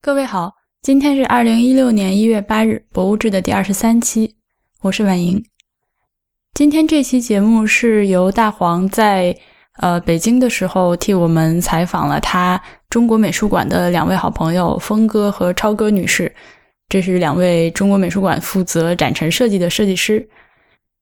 各位好，今天是二零一六年一月八日，《博物志》的第二十三期，我是婉莹。今天这期节目是由大黄在呃北京的时候替我们采访了他中国美术馆的两位好朋友峰哥和超哥女士，这是两位中国美术馆负责展陈设计的设计师。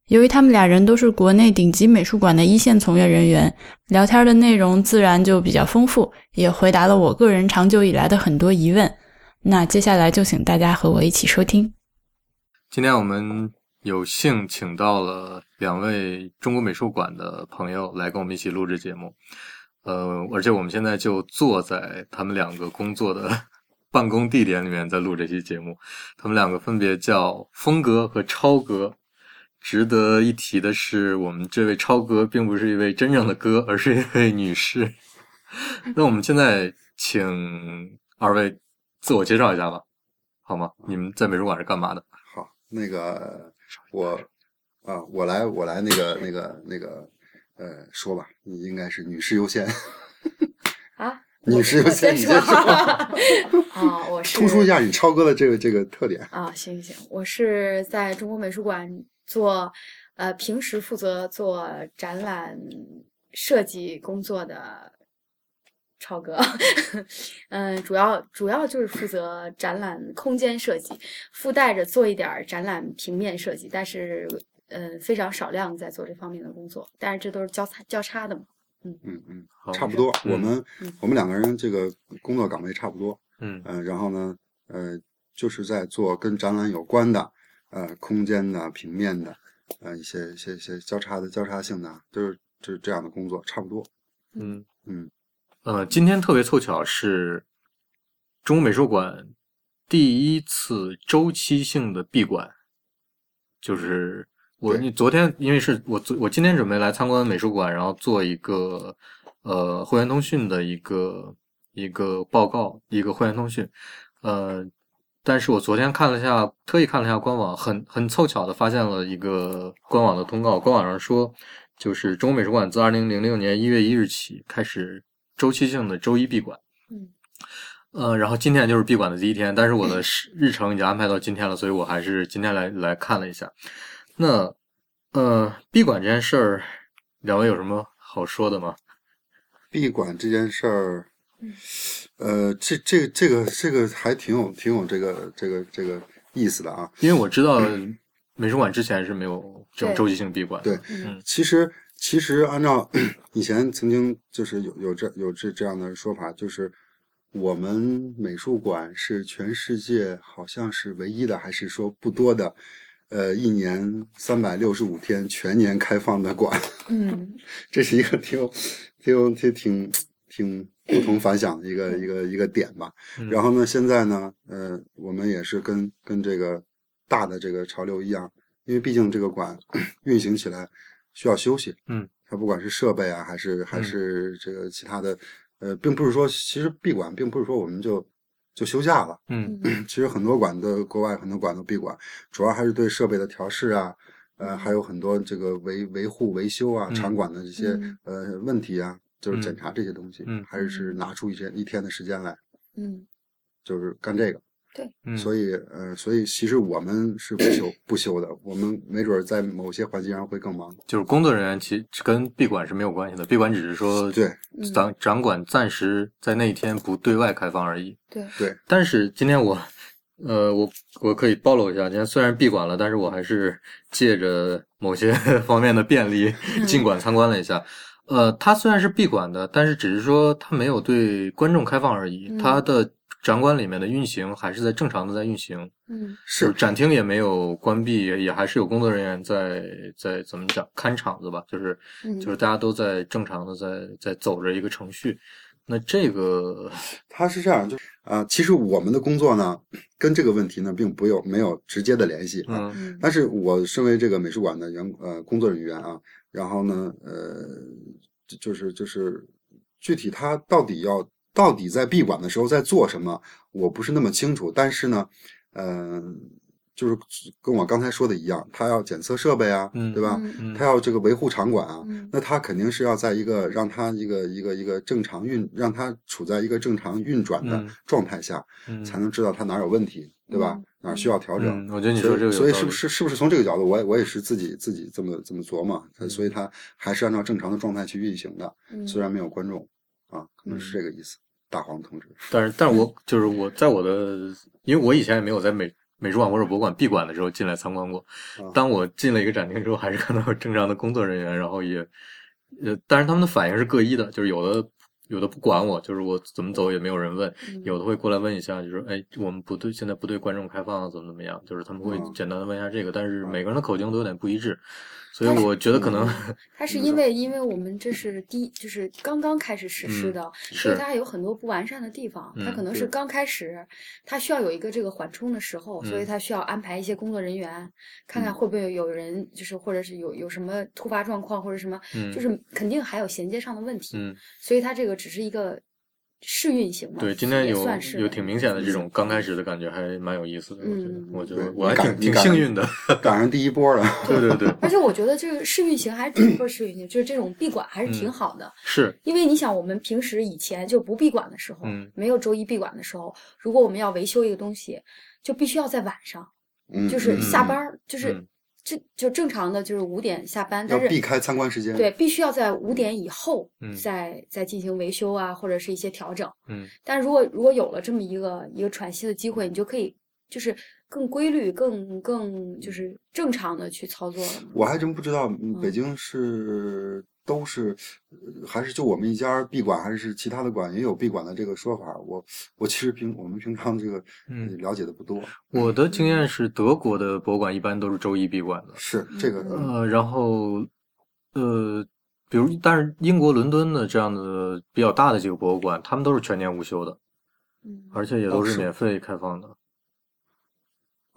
由于他们俩人都是国内顶级美术馆的一线从业人员，聊天的内容自然就比较丰富，也回答了我个人长久以来的很多疑问。那接下来就请大家和我一起收听。今天我们有幸请到了两位中国美术馆的朋友来跟我们一起录制节目，呃，而且我们现在就坐在他们两个工作的 办公地点里面在录这期节目。他们两个分别叫峰哥和超哥。值得一提的是，我们这位超哥并不是一位真正的哥，而是一位女士。 那我们现在请二位自我介绍一下吧，好吗？你们在美术馆是干嘛的？好，那个我啊，我来，我来那个那个那个呃，说吧，你应该是女士优 先，啊，女士优我先，先你先说说， 啊，我 是突出一下你超哥的这个这个特点。啊，行行行，我是在中国美术馆做，呃，平时负责做展览设计工作的超哥， 嗯，主要主要就是负责展览空间设计，附带着做一点儿展览平面设计，但是嗯，非常少量在做这方面的工作，但是这都是交叉交叉的嘛，嗯嗯，好差不多。嗯我们嗯我们两个人这个工作岗位差不多，嗯嗯、然后呢，呃，就是在做跟展览有关的，呃，空间的、平面的，呃，一些一些一些交叉的、交叉性的，啊就是就是这样的工作，差不多。嗯嗯，呃，今天特别凑巧是中国美术馆第一次周期性的闭馆，就是我对你昨天因为是我昨我今天准备来参观美术馆，然后做一个呃会员通讯的一个一个报告，一个会员通讯，呃，但是我昨天看了一下，特意看了一下官网，很很凑巧的发现了一个官网的通告，官网上说，就是中国美术馆自二零零六年一月一日起开始周期性的周一闭馆。嗯，呃，然后今天就是闭馆的第一天，但是我的时日程已经安排到今天了，所以我还是今天来来看了一下。那呃，闭馆这件事儿，两位有什么好说的吗？闭馆这件事儿，呃，这这这个这个还挺有挺有这个这个这个意思的啊。因为我知道美术馆之前是没有这种周期性闭馆的。对嗯其实，其实按照以前曾经就是有有这有这这样的说法，就是我们美术馆是全世界好像是唯一的，还是说不多的，呃，一年三百六十五天全年开放的馆，嗯这是一个挺有挺有挺挺挺不同凡响的一个一个一个点吧。嗯然后呢，现在呢，呃，我们也是跟跟这个大的这个潮流一样，因为毕竟这个馆 运行起来需要休息，嗯，它不管是设备啊，还是还嗯是这个其他的，呃，并不是说其实闭馆，并不是说我们就就休假了，嗯嗯其实很多馆的国外很多馆都闭馆，主要还是对设备的调试啊，呃，嗯还有很多这个维维护维修啊，嗯场馆的这些、嗯呃问题啊，就是检嗯查这些东西，嗯还是是拿出一天一天的时间来，嗯就是干这个。嗯，所以呃，所以其实我们是不休不休的，我们没准儿在某些环节上会更忙。就是工作人员其实跟闭馆是没有关系的，闭馆只是说对，嗯展展馆暂时在那一天不对外开放而已。对对，但是今天我，呃，我我可以暴露一下，今天虽然闭馆了，但是我还是借着某些 方面的便利嗯进馆参观了一下。呃，它虽然是闭馆的，但是只是说它没有对观众开放而已，嗯它的展馆里面的运行还是在正常的在运行。嗯就是展厅也没有关闭，也也还是有工作人员在在怎么讲看场子吧，就是嗯就是大家都在正常的在在走着一个程序。那这个它是这样，就啊、其实我们的工作呢，跟这个问题呢，并不有没有直接的联系啊。嗯嗯但是我身为这个美术馆的员呃工作人员啊，然后呢，呃，就就是就是具体他到底要到底在闭馆的时候在做什么，我不是那么清楚。但是呢，呃，就是跟我刚才说的一样，他要检测设备啊，嗯对吧？嗯嗯他要这个维护场馆啊，嗯那他肯定是要在一个让他一个一个一个正常运，让他处在一个正常运转的嗯状态下，嗯才能知道他哪儿有问题，对吧嗯？哪儿需要调整嗯，？我觉得你所说以这个有所以道是不理是是不是从这个角度，我也我也是自己自己这么这么琢磨，所以他还是按照正常的状态去运行的，嗯虽然没有观众啊，可能是嗯这个意思。大黄同志，但是，但是我就是我在我的，因为我以前也没有在美美术馆或者博物馆闭馆的时候进来参观过啊。当我进了一个展厅之后，还是看到有正常的工作人员，然后也，呃，但是他们的反应是各异的，就是有的有的不管我，就是我怎么走也没有人问，嗯有的会过来问一下，就是哎，我们不对，现在不对观众开放，啊怎么怎么样，就是他们会嗯简单的问一下这个，但是嗯每个人的口径都有点不一致，所以但是我觉得可能嗯它是因为因为我们这是第一就是刚刚开始实施嗯的，所以是它还有很多不完善的地方。它可嗯能是对刚开始，它需要有一个这个缓冲的时候，所以嗯它需要安排一些工作人员，看看嗯会不会有人就是或者是有有什么突发状况或者什么，嗯就是肯定还有衔接上的问题。嗯。所以它这个只是一个试运行嘛，对，今天啊也有算是有吧挺明显的这种刚开始的感觉，还蛮有意思的。嗯我觉对得，我觉得你我还感挺你挺感幸运的。赶上第一波了， 对对对，而且我觉得这个试运行还是不是试运行，就是这种闭馆还是挺嗯好的，是，因为你想，我们平时以前就不闭馆的时哦候，嗯没有周一闭馆的时候，如果我们要维修一个东西，就必须要在晚上，嗯，就是下班嗯儿，就是、嗯这就正常的就是五点下班，要但是避开参观时间，对，必须要在五点以后嗯再再进行维修啊，或者是一些调整。嗯但如果如果有了这么一个一个喘息的机会，你就可以就是更规律、更更就是正常的去操作了嘛。我还真不知道，嗯嗯北京是都是呃还是就我们一家闭馆，还是其他的馆也有闭馆的这个说法。我我其实平我们平常这个嗯呃了解的不多，我的经验是，德国的博物馆一般都是周一闭馆的。是这个嗯呃，然后，呃，比如，但是英国伦敦的这样的比较大的几个博物馆，他们都是全年无休的，嗯而且也哦都是是免费开放的。哦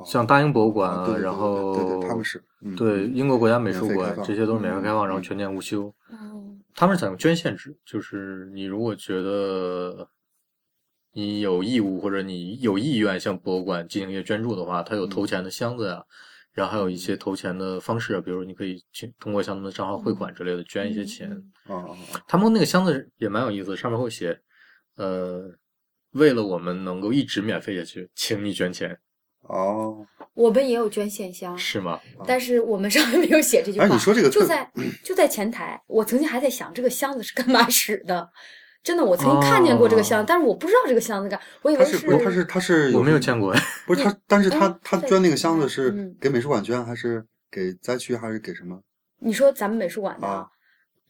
像大英博物馆啊对啊，对对然对后对对，他们是嗯对嗯英国国家美免术费开馆放这些都是免费开放，然后嗯全年无休。哦，他们是采用捐献制，就是你如果觉得你有义务或者你有意愿向博物馆进行一些捐助的话，它有投钱的箱子呀、然后还有一些投钱的方式，啊比如你可以去通过向他们的账号汇款之类的捐一些嗯钱。嗯啊啊啊他们那个箱子也蛮有意思，上面会写，呃，为了我们能够一直免费下去，请你捐钱，哦，我们也有捐献箱，是吗？但是我们上面没有写这句话。哎你说这个就特在就在前台，我曾经还在想这个箱子是干嘛使的。真的，我曾经看见过这个箱，哦子，但是我不知道这个箱子干，我以他为是不是他是他是我没有捐，见过，不是他，但是他嗯他对捐那个箱子嗯是给美术馆捐还是给灾区还是给什么？你说咱们美术馆的，啊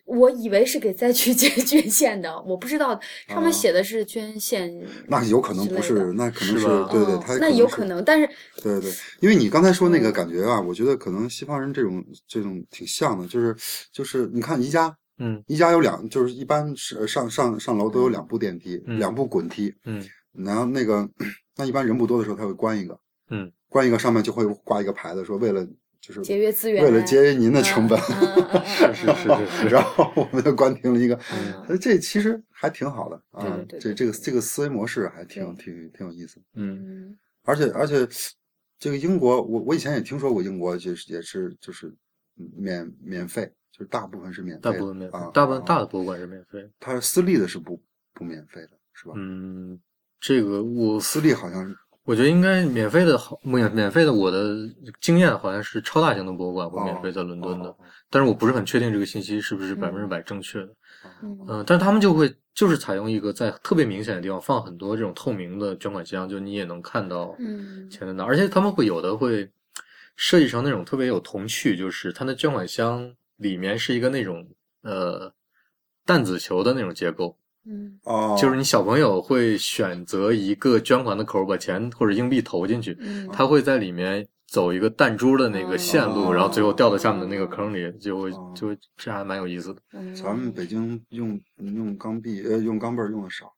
我以为是给灾区捐捐献的，我不知道上面啊写的是捐献之类的。那有可能不是，那可能是是吧对对，哦他那有是可能，但是对对，因为你刚才说那个嗯感觉啊，我觉得可能西方人这种这种挺像的，就是就是你看宜家，嗯宜家有两，就是一般是上上上楼都有两部电梯，嗯两部滚梯，嗯然后那个 那一般人不多的时候，他会关一个，嗯，关一个上面就会挂一个牌子，说为了就是节约资源，为了节约您的嗯成本，嗯嗯嗯是嗯是嗯是是然后我们就关停了一个，嗯嗯呃这其实还挺好的啊，对对这对对这个对这个思维模式还挺对挺挺有意思的。嗯嗯而且而且，这个英国，我我以前也听说过，英国就是也是就是免免费，就是大部分是免费大的，部分免费啊，，大部分啊大的，博物馆是免费的。它是私立的是不不免费的，是吧？嗯，这个我私立好像是我觉得应该免费的好，免免费的，我的经验好像是超大型的博物馆会免费在伦敦的，哦哦但是我不是很确定这个信息是不是百分之嗯百正确的。嗯嗯、但是他们就会就是采用一个在特别明显的地方放很多这种透明的捐款箱，就你也能看到嗯钱在哪，而且他们会有的会设计成那种特别有童趣，就是它的捐款箱里面是一个那种呃弹子球的那种结构，嗯哦，就是你小朋友会选择一个捐款的口儿，把钱或者硬币投进去，嗯，它会在里面走一个弹珠的那个线路，哦然后最后掉到下面的那个坑里，就会哦就会这还蛮有意思的。嗯咱们北京用用钢币呃用钢镚儿用的少，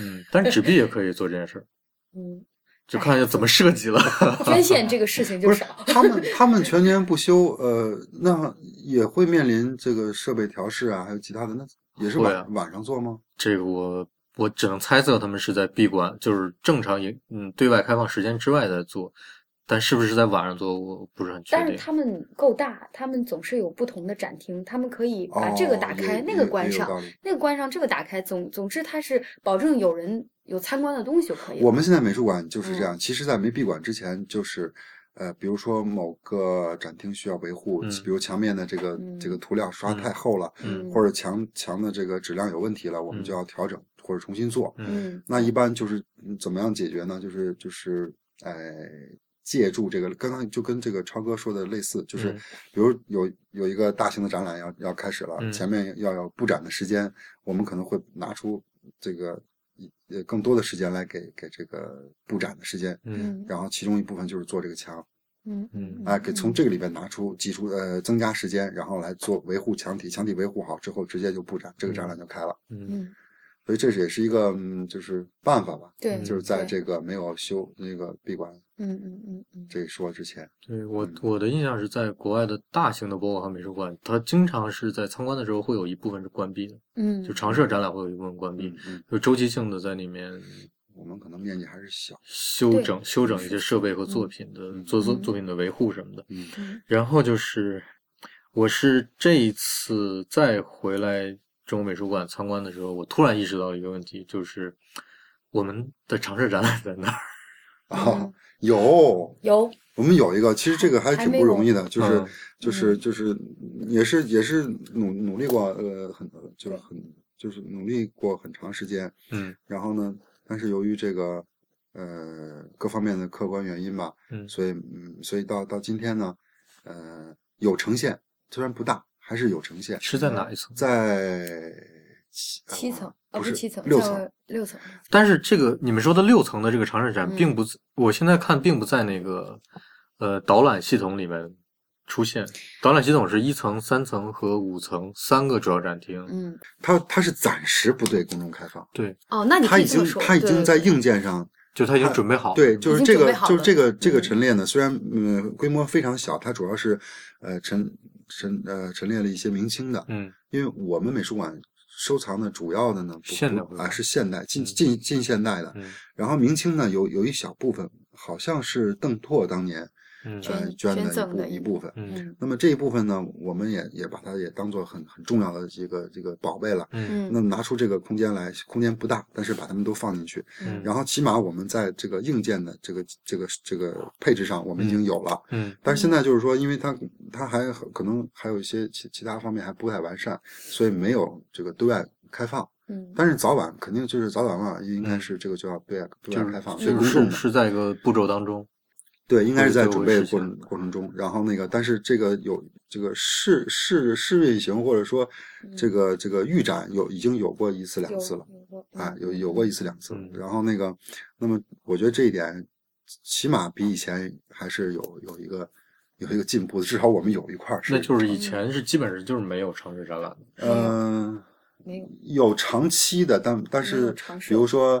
嗯，但是纸币也可以做这件事儿，嗯就看一下怎么设计了。 捐献这个事情就不是少。他们他们全年不休，呃，那也会面临这个设备调试啊，还有其他的，那也是会晚、啊晚上做吗？这个我我只能猜测他们是在闭馆，就是正常也嗯对外开放时间之外在做。但是不是在晚上做，我不是很确但是定。他们够大，他们总是有不同的展厅，他们可以把这个哦打也开，那也个关也有上，道理那个关上，这个打开，总总之它是保证有人有参观的东西就可以了。我们现在美术馆就是这嗯样，其实，在没闭馆之前，就是，呃，比如说某个展厅需要维护，嗯比如墙面的这个、这个嗯涂料刷太嗯厚了，嗯或者墙墙的这个质量有问题了，我们嗯就要调整或者重新做。嗯嗯那一般就是嗯怎么样解决呢？就是就是，哎、借助这个，刚刚就跟这个超哥说的类似，就是嗯比如有有一个大型的展览要要开始了，嗯前面要有布展的时间，我们可能会拿出这个呃更多的时间来给给这个布展的时间，嗯然后其中一部分就是做这个墙，嗯嗯啊，给从这个里边拿出挤出呃增加时间，然后来做维护墙体，墙体维护好之后，直接就布展，这个展览就开了。嗯嗯所以这是也是一个嗯，就是办法吧，嗯对，就是在对这个没有修那个闭馆嗯嗯嗯嗯这一说之前，对我我的印象是在国外的大型的博物馆、美术馆，它经常是在参观的时候会有一部分是关闭的，嗯，就常设展览会有一部分关闭，嗯，就周期性的在里面我们可能面积还是小，修对整修整一些设备和作品的嗯做作嗯作品的维护什么的。嗯嗯然后就是，我是这一次再回来中国美术馆参观的时候，我突然意识到一个问题，就是我们的常设展览在哪儿？啊嗯，有有我们有一个，其实这个还还挺没不有容易的，就是嗯就是嗯就是也是也是努努力过呃很就是很就是努力过很长时间，嗯然后呢，但是由于这个呃各方面的客观原因吧，嗯所以嗯，所以到到今天呢，呃，有呈现，虽然不大，还是有呈现，是嗯在哪一层？在七呃七我层，不哦是七层，六在层，六层，但是这个你们说的六层的这个常设展，嗯并不在，我现在看并不在那个呃导览系统里面出现。导览系统是一层、三层和五层三个主要展厅。嗯它它是暂时不对公众开放，对，哦，那你它可以已这么经说，它已对经对在对硬件上，就他已经它准备好了。对，就是经这准备个好就是了这个这个嗯陈列呢，虽然嗯规模非常小，它主要是呃陈陈呃陈列了一些明清的，嗯因为我们美术馆收藏的主要的呢，不现代不绘画啊是现代近嗯近近现代的，嗯然后明清呢有有一小部分好像是邓拓当年嗯这呃捐捐捐的赠一部的一一部分。嗯嗯那么这一部分呢，我们也也把它也当做很很重要的这个这个宝贝了。嗯嗯那么拿出这个空间来，空间不大，但是把它们都放进去，嗯然后起码我们在这个硬件的这个这个这个配置上，我们已经有了。嗯但是现在就是说，因为它它还可能还有一些其其他方面还不太完善，所以没有这个对外开放。嗯，但是早晚肯定就是早早晚晚应该嗯是这个就要对外对就外是开放，嗯就所以公是众是是在一个步骤当中。对应该是在就准会备实过现程过程中，然后那个但是这个有这个试试试运行或者说这嗯个这个预展有已经有过一次两次了，有过啊嗯有嗯有过一次两次了嗯，然后那个那么我觉得这一点起码比以前还是有有一个有一个进步，至少我们有一块儿是那就是以前是基本上就是没有常设展览的。嗯。没有有长期的，但但没嗯有是长比如寿说，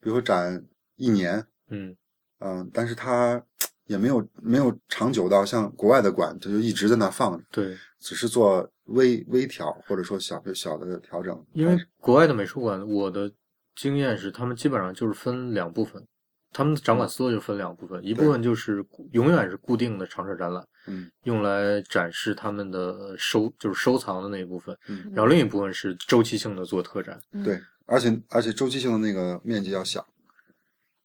比如说展一年，嗯嗯、但是它也没有没有长久到像国外的馆，它就一直在那放着，对，只是做微微调或者说小小的调整。因但为是国外的美术馆，我的经验是，他们基本上就是分两部分，他们的嗯展馆思路就分两部分，一部分就是固永远是固定的常设展览，嗯用来展示他们的收就是收藏的那一部分，嗯然后另一部分是周期性的做特展，嗯对，而且而且周期性的那个面积要小，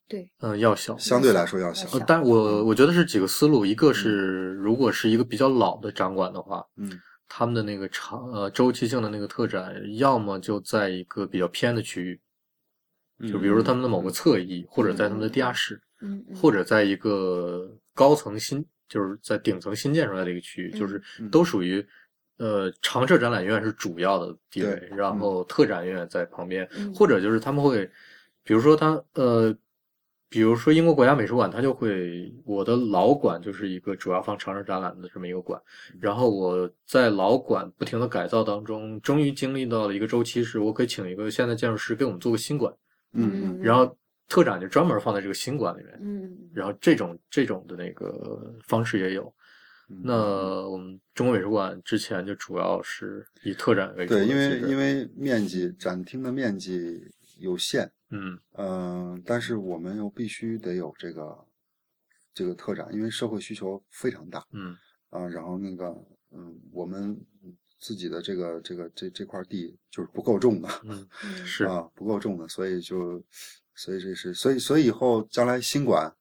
对，嗯，要小。相对来说要小要。呃小，但我我觉得是几个思路，一个是如果是一个比较老的展馆的话，嗯他们的那个长呃周期性的那个特展，要么就在一个比较偏的区域，就比如嗯说他们的某个侧翼，或者在他们的地下室，嗯嗯或者在一个高层新，就是在顶层新建出来的一个区域，嗯就是嗯都属于呃常设展览永远是主要的地位对，嗯然后特展永远在旁边，嗯或者就是他们会，比如说他呃。比如说英国国家美术馆，它就会我的老馆就是一个主要放常设展览的这么一个馆，嗯然后我在老馆不停的改造当中，终于经历到了一个周期，是我可以请一个现代建筑师给我们做个新馆，嗯嗯然后特展就专门放在这个新馆里面，嗯然后这种这种的那个方式也有。嗯那我们中国美术馆之前就主要是以特展为主的对，其因实，为因为面积展厅的面积呃有限，嗯嗯、但是我们又必须得有这个这个特展，因为社会需求非常大嗯啊。然后那个，嗯，我们自己的这个这个这这块地就是不够种的，嗯，嗯是啊，不够重的，所以就，所以这是，所以所以以后将来新馆，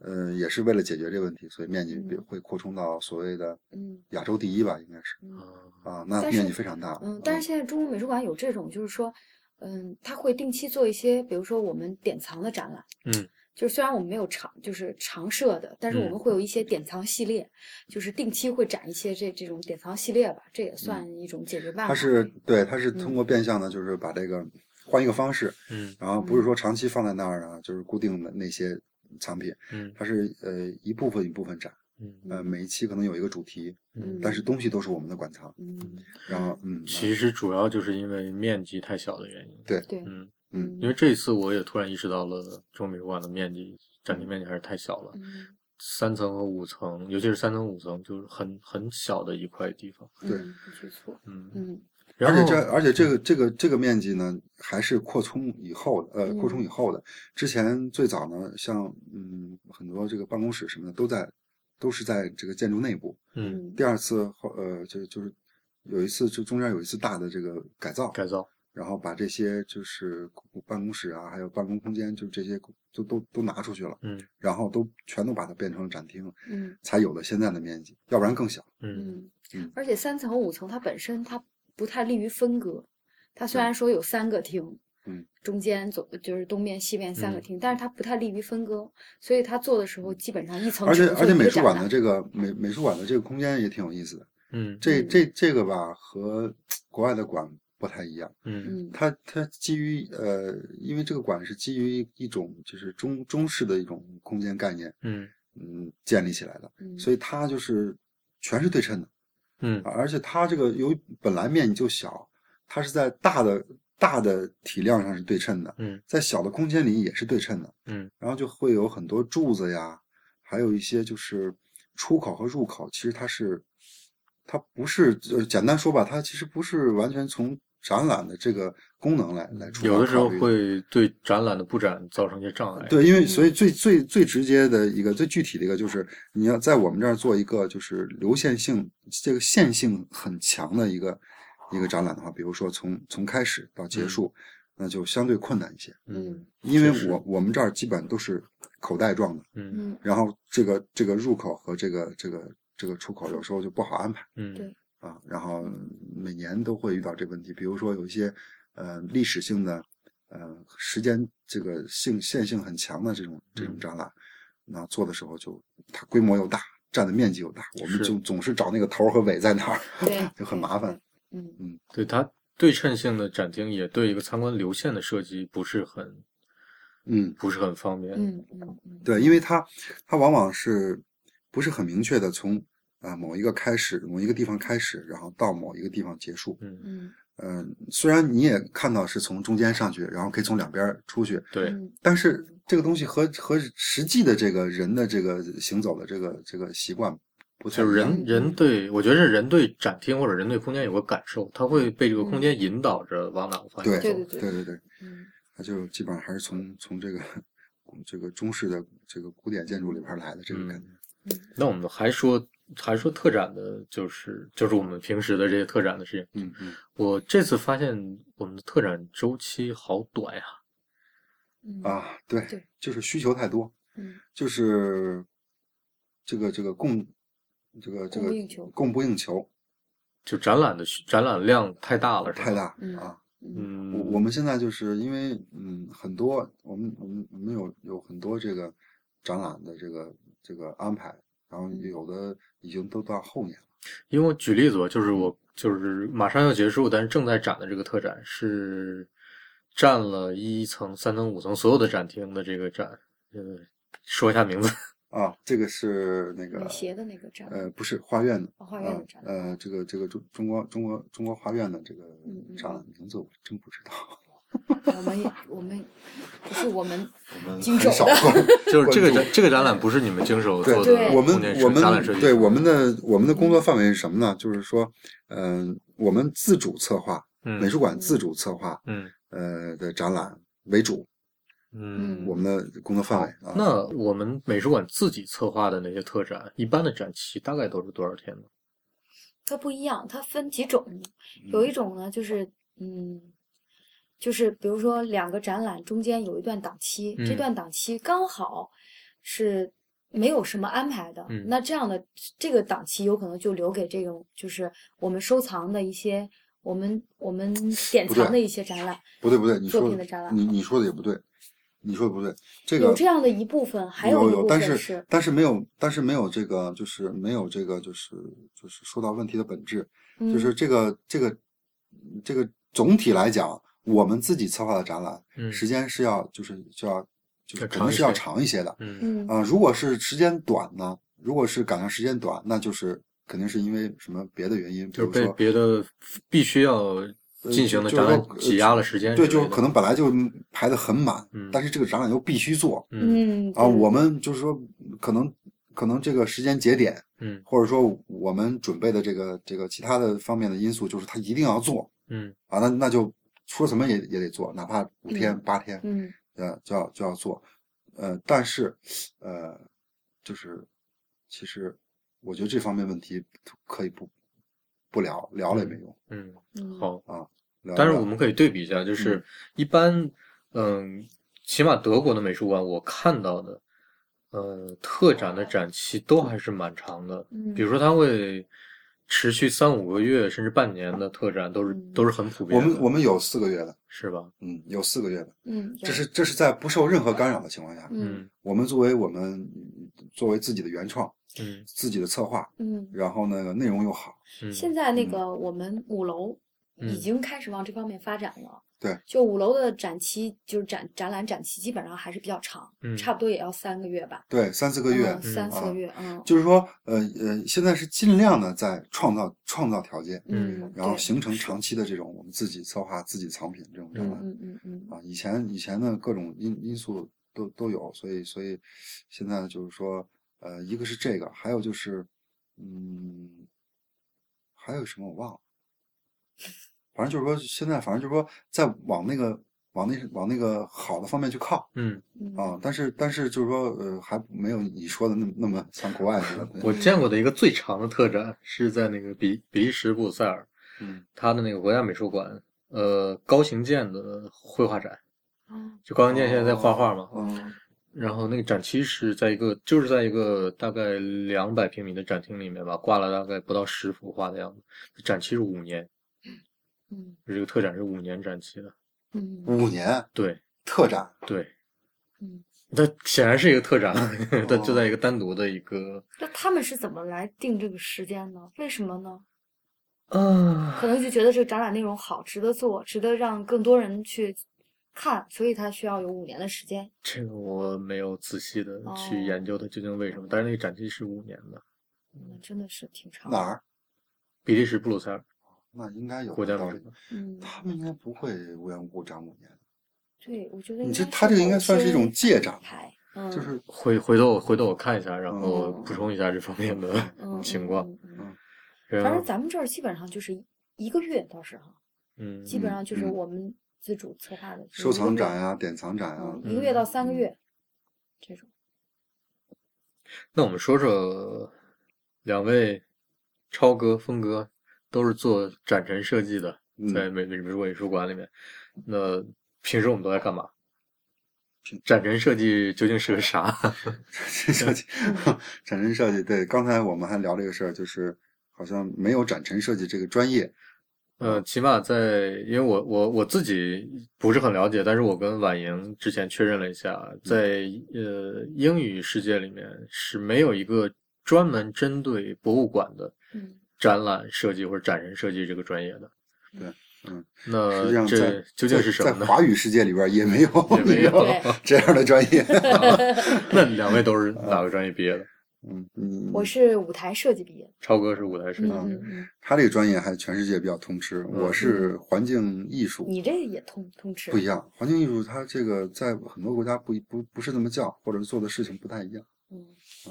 呃，也是为了解决这问题，所以面积比嗯会扩充到所谓的嗯亚洲第一吧，应该是嗯啊，那但面是积非常大，啊嗯，但是现在中国美术馆有这种，就是说，嗯，他会定期做一些，比如说我们典藏的展览，嗯，就是虽然我们没有常就是常设的，但是我嗯们会有一些典藏系列，就是定期会展一些这这种典藏系列吧，这嗯也算一种解决办它法。是对，它是通嗯过变相的，就是把这个换一个方式，嗯然后不是嗯说长期放在那儿啊，就是固定的那些藏品，嗯它是呃一部分一部分展，嗯呃，嗯每一期可能有一个主题，嗯但是东西都是我们的馆藏，嗯，然后嗯，其实主要就是因为面积太小的原因。对对，嗯，嗯因为这一次我也突然意识到了中国美术馆的面积占地面积还是太小了，嗯三层和五层，尤其是三层五层，就是很很小的一块地方。对嗯，不去错，嗯，嗯然而且后嗯这，而且这个这个这个面积呢，还是扩充以后的，呃，嗯扩充以后的。之前最早呢，像嗯很多这个办公室什么的，都在都是在这个建筑内部。嗯，嗯第二次后，呃，就就是有一次，就中间有一次大的这个改造，改造，然后把这些就是办公室啊，还有办公空间，就这些就都都拿出去了，嗯然后都全都把它变成了展厅，嗯才有了现在的面积，要不然更小。嗯嗯嗯，而且三层和五层它本身它不太利于分割，它虽对然说有三个厅，嗯，中间左就是东面西面三个嗯厅，但是它不太利于分割，所以它做的时候基本上一层而只且能而做且一美个术展馆览的这个美美术馆的这个空间也挺有意思的。嗯这嗯这这个吧和国外的馆不太一样，嗯嗯它它基于呃，因为这个馆是基于一种就是中中式的一种空间概念，嗯嗯，建立起来的，嗯，所以它就是全是对称的，嗯而且它这个由于本来面积就小，它是在大的大的体量上是对称的，嗯在小的空间里也是对称的，嗯，然后就会有很多柱子呀，还有一些就是出口和入口，其实它是，它不是，呃，简单说吧，它其实不是完全从展览的这个功能来来出发有的时候考虑会对展览的布展造成一些障碍。对，因为所以最最最直接的一个最具体的一个就是你要在我们这儿做一个就是流线性这个线性很强的一个一个展览的话，比如说从从开始到结束，那就相对困难一些，嗯因为确实我我们这儿基本都是口袋状的，嗯嗯然后这个这个入口和这个这个这个出口有时候就不好安排嗯啊，然后每年都会遇到这问题，比如说有一些呃历史性的呃时间这个性线性很强的这种这种嗯展览，那做的时候就它规模又大，占的面积又大，我们是就总是找那个头儿和尾在哪儿，对就很对麻烦对。嗯对它对称性的展厅也对一个参观流线的设计不是很嗯，不是很方便。嗯嗯嗯对，因为它它往往是不是很明确的从啊、呃某一个开始，某一个地方开始，然后到某一个地方结束。嗯，嗯嗯，虽然你也看到是从中间上去，然后可以从两边儿出去，对，嗯但是这个东西和和实际的这个人的这个行走的这个这个习惯不太就是一样人人对我觉得是人对展厅或者人对空间有个感受，他会被这个空间引导着往哪个方向嗯对走。对对对对，嗯他就基本上还是从从这个这个中式的这个古典建筑里边儿来的这个感觉。那我们还说还说特展的，就是就是我们平时的这些特展的事情。嗯嗯，我这次发现我们的特展周期好短呀、嗯啊，对对，就是需求太多，嗯就是这个这个供这个这供个不应求供不应求就展览的需展览量太大了，是吧太。大嗯啊。嗯嗯，我我们现在就是因为嗯，很多我们我们我们有有很多这个展览的这个这个安排，然后嗯有的已经都到后年了。因为我举例子吧，就是我就是马上要结束，但是正在展的这个特展是占了一层、三层、五层所有的展厅的这个展，呃，说一下名字， 啊，这个是那美个协的那个展呃，不是画院的哦画院的展览呃，呃这个这个中中国中国中国画院的这个嗯嗯展嗯览名字我真不知道，我们也我们不是我们嗯我们经很少手的 关就是这个关展这个展览不是你们经手做的对嗯我们空间设我展览们设计，对我们的我们的工作范围是什么呢？就是说，嗯、我们自主策划，嗯美术馆自嗯主策划，嗯呃的展览为主，嗯我们的工作范围嗯啊。那我们美术馆自己策划的那些特展，一般的展期大概都是多少天呢？它不一样，它分几种，有一种呢就是嗯，就是比如说两个展览中间有一段档期，这嗯段档期刚好是没有什么安排的，嗯那这样的这个档期有可能就留给这种就是我们收藏的一些我们我们典不对藏的一些展览，不对不对，你作说品的展览你你说的也不对，你说的不对，这个有这样的一部分，还有一部但分是但是没有，但是没有这个，就是没有这个，就是就是说到问题的本质，嗯就是这个这个这个总体来讲，我们自己策划的展览、嗯时间是要就是就要就是要肯长定一是要些长一些的啊、嗯嗯如果是时间短呢，如果是赶上时间短，那就是肯定是因为什么别的原因，比就是如被说。呃别的必须要进行的就展是说览挤压了时间之对，类的，就是可能本来就排的很满、嗯但是这个展览又必须做，嗯嗯啊，对我们就是说，可能可能这个时间节点，嗯或者说我们准备的这个这个其他的方面的因素，就是他一定要做嗯啊，那那就说什么也也得做，哪怕五天嗯八天，嗯呃，就要就要做，呃，但是呃，就是其实我觉得这方面问题可以不不聊，聊了也没用，嗯，嗯好。聊但是聊我们可以对比一下，就是一般，嗯，起码德国的美术馆我看到的，呃，特展的展期都还是蛮长的，嗯比如说它会持续三五个月甚至半年的特展，都是嗯都是很普遍我的，们我们有四个月的，是吧？嗯，有四个月的，嗯这有是这是在不受任何干扰的情况下，嗯我们作为我们作为自己的原创、嗯自己的策划，嗯然后呢内容又好，嗯现在那嗯个我们五楼已嗯经开始往这方面发展了。对，就五楼的展期，就是展展览展期，基本上还是比较长，嗯差不多也要三个月吧，对，三四个月，嗯、三四啊个月，嗯就是说，呃呃，现在是尽量的在创造创造条件，嗯，然后对形成是长期的这种我们自己策划自己藏品这种展嗯览、嗯嗯嗯啊。以前以前的各种因因素都都有，所以所以现在就是说，呃，一个是这个，还有就是，嗯，还有什么我忘了，反正就是说现在反正就是说在往那个往那往那个好的方面去靠。嗯，嗯啊，但是但是就是说，呃，还没有你说的那么那么像国外似的。 我见过的一个最长的特展是在那个比比利时布鲁塞尔，嗯它的那个国家美术馆，呃，高行健的绘画展，啊就高行健现在在画画嘛，嗯然后那个展期是在一个，就是在一个大概两百平米的展厅里面吧，挂了大概不到十幅画的样子。展期是五年，嗯这个特展是五年展期的。嗯嗯五年对特展，对，嗯，它显然是一个特展，它就在一个单独的一个，那他们是怎么来定这个时间呢？为什么呢？啊，可能就觉得这个展览内容好，值得做，值得让更多人去看，所以他需要有五年的时间。 这个我没有仔细的哦去研究它究竟为什么，但是那个展期是五年的，嗯，真的是挺长。哪？儿？比利时布鲁塞尔那应该有国家美道术理。馆。嗯，他们应该不会无缘无故展五年，对，我觉得你应这该他这个应某该算是一些种借展牌，嗯，就是回回头我回头我看一下，然后嗯补充一下这方面的嗯情况。嗯嗯嗯然反正啊后，咱们这儿基本上就是一个月，倒是哈，嗯，基本嗯上就是嗯我们自主策划的收藏展啊呀，呀、典藏展呀嗯，一个月到三个嗯月这种。那我们说说两位超哥、峰哥都是做展陈设计的，嗯在美美术美术馆里面。那平时我们都在干嘛？展陈设计究竟是个啥？ 展陈设计，嗯 展陈设计。对，刚才我们还聊这个事儿，就是好像没有展陈设计这个专业。呃，起码在，因为我我我自己不是很了解，但是我跟婉莹之前确认了一下，在呃英语世界里面是没有一个专门针对博物馆的嗯展览设计或者展陈设计这个专业的。对，嗯，实际那上在，呃这究竟在是什在啊么呢？华语世界里边也没有， 也没你知有道对吗这样的专 业。 那两位都是哪个专业毕业的？嗯嗯，啊我是舞台设计毕业的，超哥是舞台设计嗯的，嗯嗯，他这个专业还全世界比较通吃，嗯我是环境艺术，你这也通通吃不一，样。环境艺术它这个在很多国家不一不不是那么叫，或者是做的事情不太一样。嗯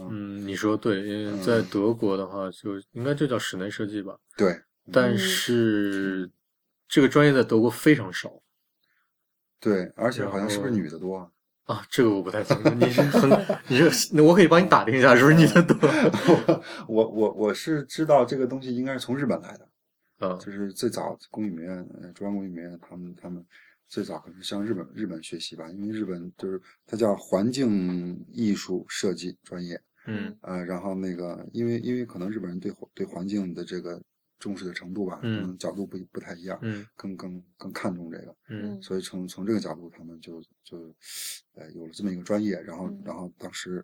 嗯，你说对，因为嗯在德国的话，就应该就叫室内设计吧。对，但是这个专业在德国非常少，对，而且然好像是不是后女的多啊？啊，这个我不太清楚。你是很，你是，我可以帮你打听一下，是不是你的德？嗯 我我我是知道这个东西应该是从日本来的，嗯就是最早工艺美院、呃中央工艺美院他们他们最早可能向日本日本学习吧，因为日本就是它叫环境艺术设计专业，嗯呃，然后那个因为因为可能日本人对环对环境的这个重视的程度吧，可嗯能角度不一不太一样，嗯更更更看重这个。嗯所以从从这个角度，他们就就，呃，有了这么一个专业，然后嗯然后当时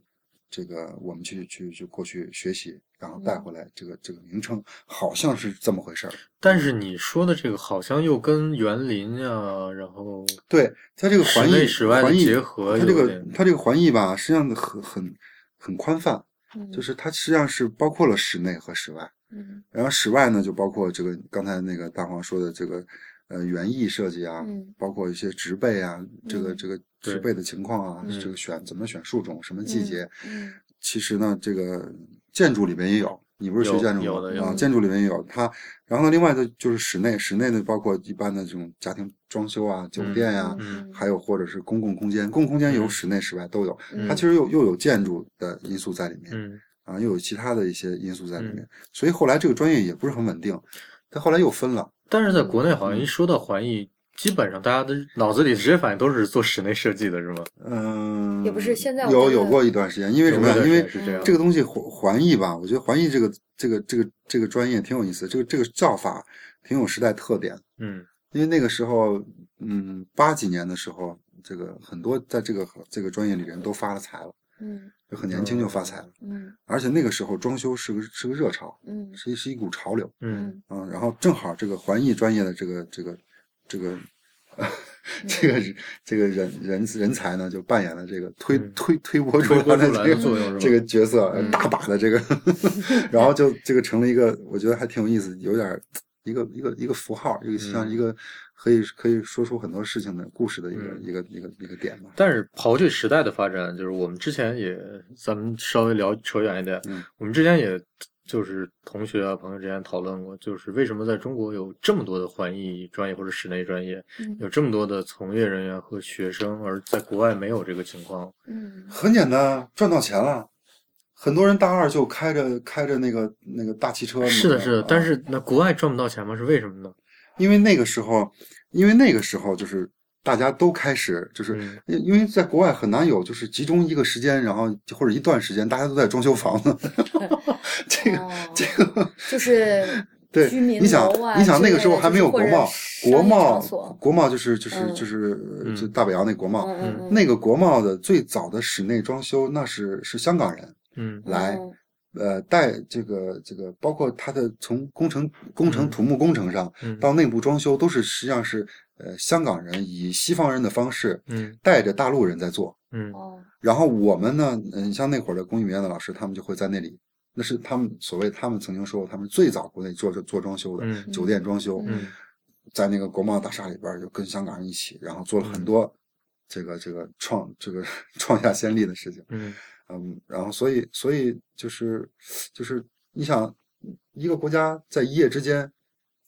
这个我们去去去过去学习，然后带嗯回来这个这个名称好像是这么回事儿。但是你说的这个好像又跟园林啊，然后对，它这个室环内艺室外的环艺结合它这有个点它这个环艺吧，实际上很很很宽泛，嗯就是它实际上是包括了室内和室外。嗯然后室外呢，就包括这个刚才那个大黄说的这个，呃，园艺设计啊，嗯包括一些植被啊，这个嗯这个植对被的情况啊，嗯这个选怎么选树种，什么季节，嗯其实呢，这个建筑里面也有，你不是学有建筑有吗的有啊，的建筑里面也有它。然后呢，另外的就是室内，室内呢包括一般的这种家庭装修啊、酒嗯店呀、嗯还有或者是公共空间，公共空间有嗯室内、室外都有。嗯它其实又又有建筑的因素在里面，嗯，啊，又有其他的一些因素在里面，所以后来这个专业也不是很稳定，它后来又分了。但是在国内好像一说到环艺，基本上大家的脑子里直接反应都是做室内设计的，是吗？嗯，也不是现在我有觉有得过一段时间，因为什么呀？有因一段时间为是这样这个东西环环艺吧，我觉得环艺这个这个这个这个专业挺有意思，这个这个叫法挺有时代特点。嗯因为那个时候，嗯，八几年的时候，这个很多在这个这个专业里人都发了财了，嗯就很年轻就发哦财了。嗯而且那个时候装修是个是个热潮，嗯是一是一股潮流。嗯嗯嗯，然后正好这个环艺专业的这个这个这个嗯 这个这个人人人才呢，就扮演了这个推嗯推推波助推波澜的助澜的这作用是吧个这个角色啊嗯，大把的 这个，然后就这个成了一个，我觉得还挺有意思，有点儿一个一个一个符号，一个像嗯一个可以可以说出很多事情的故事的一个嗯一个一个一个点吧。但是刨去时代的发展，就是我们之前也，咱们稍微聊扯远一点，嗯我们之前也就是同学啊朋友之间讨论过，就是为什么在中国有这么多的环艺专业或者室内专业，嗯有这么多的从业人员和学生，而在国外没有这个情况。嗯很简单，啊赚到钱了。很多人大二就开着开着那个那个大汽车，是的，那个是的，啊但是那国外赚不到钱吗？是为什么呢？因为那个时候，因为那个时候就是大家都开始就是嗯，因因为在国外很难有就是集中一个时间，然后或者一段时间大家都在装修房子， 这个。哦， 就是对，居民你想楼，啊你想那个时候之类的还没有国贸就是，或国者贸商业场所，国贸就是就是嗯就是呃嗯就大北洋那国贸，嗯嗯嗯那个国贸的最早的室内装修，那是是香港人，嗯来嗯呃，带这个这个，包括它的从工程工程嗯土木工程上嗯到内部装修，都是实际上是呃香港人以西方人的方式嗯带着大陆人在做。嗯哦然后我们呢，嗯，像那会儿的工艺美院的老师，他们就会在那里，那是他们所谓他们曾经说过，他们最早国内做做装修的、嗯酒店装修，嗯在那个国贸大厦里边儿就跟香港人一起，然后做嗯了很多这个这个创这个 创下先例的事情。嗯嗯，然后所以所以就是就是你想一个国家在一夜之间，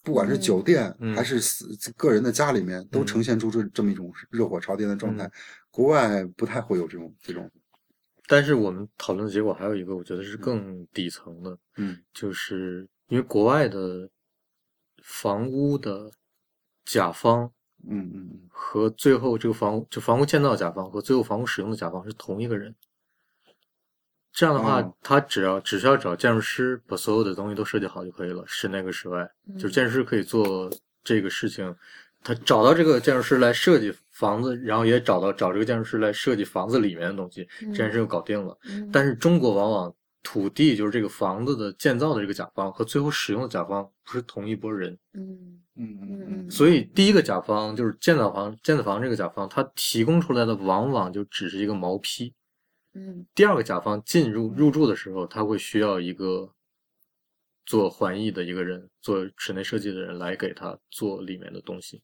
不管是嗯酒店、嗯还是私个人的家里面，都嗯呈现出这这么一种热火朝天的状态，嗯国外不太会有这种这种，但是我们讨论的结果还有一个，我觉得是更底层的，嗯就是因为国外的房屋的甲方嗯嗯和最后这个房屋就房屋建造甲方和最后房屋使用的甲方是同一个人。这样的话，哦他只要只需要找建筑师把所有的东西都设计好就可以了，室内和室外，嗯就是建筑师可以做这个事情。他找到这个建筑师来设计房子，然后也找到找这个建筑师来设计房子里面的东西，这件事就搞定了。嗯但是中国往往土地就是这个房子的建造的这个甲方和最后使用的甲方不是同一拨人，嗯嗯嗯嗯嗯所以第一个甲方就是建造房建造房这个甲方，他提供出来的往往就只是一个毛坯。嗯第二个甲方进入入住的时候，他会需要一个做环艺的一个人，做室内设计的人来给他做里面的东西。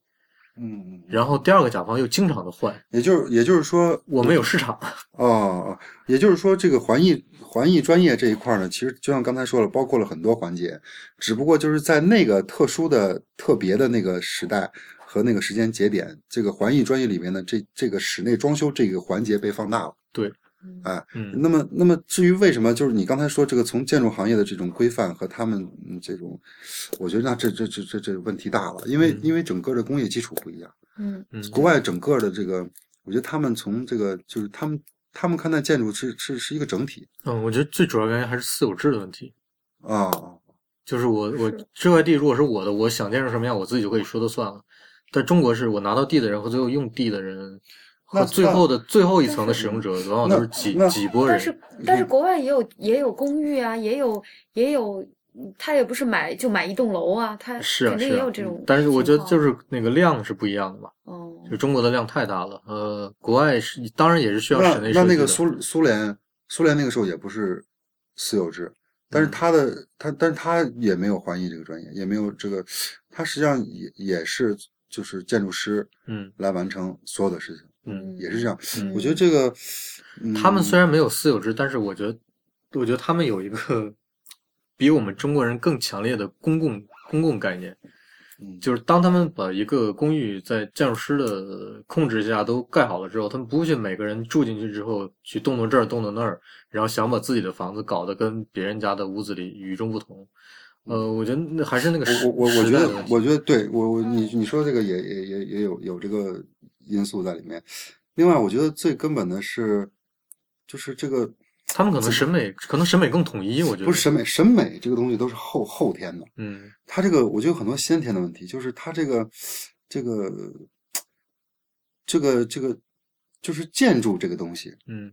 嗯嗯，然后第二个甲方又经常的换，也就是也就是说，我们有市场，哦哦，也就是说，这个环艺环艺专业这一块儿呢，其实就像刚才说了，包括了很多环节，只不过就是在那个特殊的、特别的那个时代和那个时间节点，这个环艺专业里面的这这个室内装修这个环节被放大了。嗯哎嗯那么，那么至于为什么，就是你刚才说这个从建筑行业的这种规范和他们嗯这种，我觉得那这这这这这问题大了，因为、嗯因为整个的工业基础不一样，嗯嗯国外整个的这个，我觉得他们从这个就是他们他们看待建筑是是是一个整体嗯，我觉得最主要原因还是私有制的问题。啊，就是我我是这块地如果是我的，我想建成什么样，我自己就可以说的算了。但中国是我拿到地的人和最后用地的人，那和最那后的最后一层的使用者，往往都是那几那几波但人。是但是国外也有也有公寓啊，也有也有，嗯他也不是买就买一栋楼啊，他是啊肯定是也啊有这嗯种情况。但是我觉得就是那个量是不一样的嘛，哦，就中国的量太大了。呃，国外是当然也是需要室那内那设计那个的苏苏联苏联那个时候也不是私有制，但是嗯他的、他但是他也没有环艺这个专业，也没有这个，他实际上也也是就是建筑师嗯来完成所有的事情。嗯，也是这样。嗯我觉得这个，嗯他们虽然没有私有制，但是我觉得我觉得他们有一个比我们中国人更强烈的公共公共概念。嗯就是当他们把一个公寓在建筑师的控制下都盖好了之后，他们不会去每个人住进去之后去动动这儿动动那儿，然后想把自己的房子搞得跟别人家的屋子里与众不同。呃，我觉得那还是那个时我我我时觉代的得问，题我觉得对我我你你说这个也也也也有有这个因素在里面。另外，我觉得最根本的是，就是这个他们可能审美可能审美更统一，我觉得不是审美，审美这个东西都是后后天的。嗯它这个我觉得有很多先天的问题，就是它这个这个这个这个就是建筑这个东西，嗯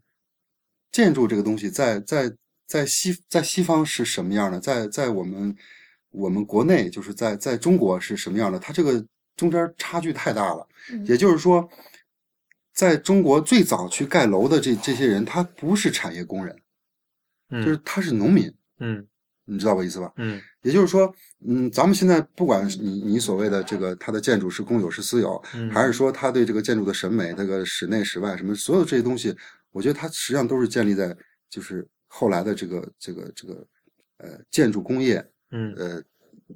建筑这个东西在在在西在西方是什么样的，在在我们我们国内就是在在中国是什么样的，它这个中间差距太大了。嗯也就是说，在中国最早去盖楼的这这些人，他不是产业工人，嗯就是他是农民，嗯你知道我意思吧？嗯也就是说，嗯，咱们现在不管是你你所谓的这个它的建筑是公有是私有，嗯，还是说他对这个建筑的审美，这个室内室外什么所有这些东西，我觉得它实际上都是建立在就是后来的这个这个这个呃建筑工业嗯呃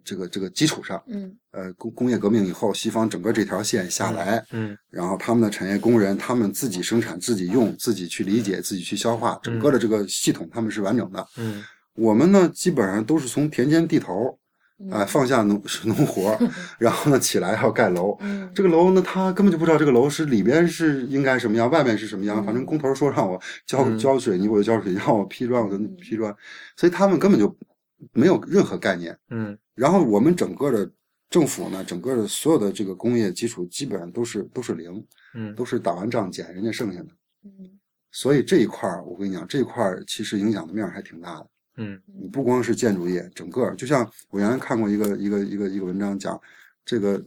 这个这个基础上，嗯呃工工业革命以后，西方整个这条线下来，嗯然后他们的产业工人，他们自己生产、自己用、自己去理解、自己去消化，整个的这个系统他们是完整的。嗯我们呢，基本上都是从田间地头嗯啊、放下农 农 活儿，然后呢起来要盖楼，嗯这个楼呢，他根本就不知道这个楼是里边是应该什么样，外面是什么样。嗯反正工头说让我浇嗯浇水泥，我就浇水；让我劈砖，我就嗯劈砖。所以他们根本就没有任何概念。嗯然后我们整个的政府呢，整个的所有的这个工业基础基本上都是都是零，嗯都是打完仗捡人家剩下的。嗯所以这一块儿，我跟你讲，这一块儿其实影响的面儿还挺大的。嗯你不光是建筑业，整个就像我原来看过一个一个一个一个文章讲，这个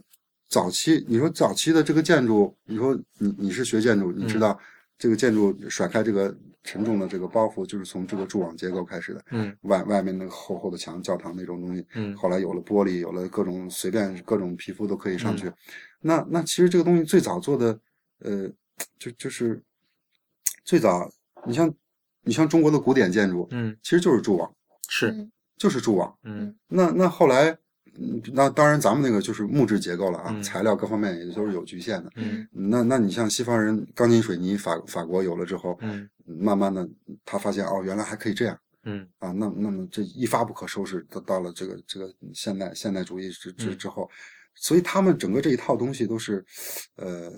早期你说早期的这个建筑，你说你你是学建筑，嗯你知道这个建筑甩开这个沉重的这个包袱，就是从这个柱网结构开始的，嗯外外面那个厚厚的墙、教堂那种东西，嗯后来有了玻璃，有了各种随便各种皮肤都可以嗯上去。那那其实这个东西最早做的，呃，就就是最早，你像你像中国的古典建筑，嗯其实就是柱网。是就是柱网。嗯那那后来，嗯，那当然咱们那个就是木质结构了啊，嗯材料各方面也都是有局限的。嗯那那你像西方人钢筋水泥，法法国有了之后，嗯慢慢的他发现哦，原来还可以这样嗯啊。那那么这一发不可收拾，到到了这个这个现代现代主义之之嗯之后，所以他们整个这一套东西都是，呃，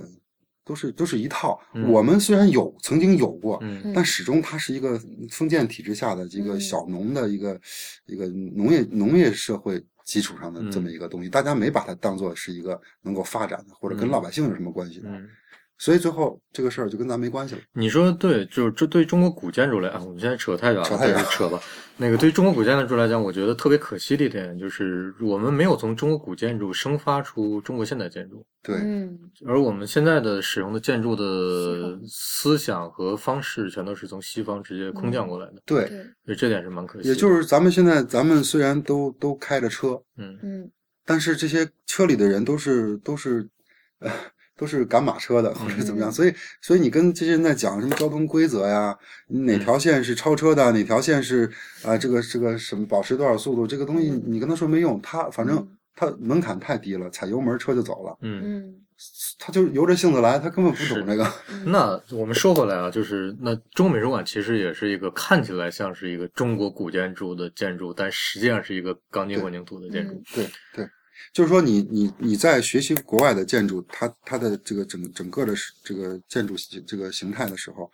都是都是一套。嗯我们虽然有曾经有过，嗯但始终它是一个封建体制下的一个嗯小农的一个、一个农业农业社会基础上的这么嗯一个东西，大家没把它当做是一个能够发展的，或者跟嗯老百姓有什么关系的，嗯。所以最后这个事儿就跟咱没关系了。你说的对，就是这对中国古建筑来，啊，我们现在扯太远了，扯太远但是扯吧。那个对于中国古建筑来讲，我觉得特别可惜的一点就是，我们没有从中国古建筑生发出中国现代建筑，对，嗯而我们现在的使用的建筑的西思想和方式，全都是从西方直接空降过来的，对，对所以这点是蛮可惜的。也就是咱们现在咱们虽然都都开着车，嗯嗯但是这些车里的人都是都是，呃，都是赶马车的或者怎么样，嗯所以所以你跟这些人在讲什么交通规则呀，嗯哪条线是超车的，哪条线是啊、这个这个什么保持多少速度，这个东西嗯你跟他说没用，他反正嗯它门槛太低了，踩油门车就走了。嗯，嗯他就是由着性子来，他根本不懂这个。 嗯，那我们说回来啊，就是那中国美术馆其实也是一个看起来像是一个中国古建筑的建筑，但实际上是一个钢筋混凝土的建筑。嗯对对，就是说你你你在学习国外的建筑，它它的这个整整个的是这个建筑形这个形态的时候，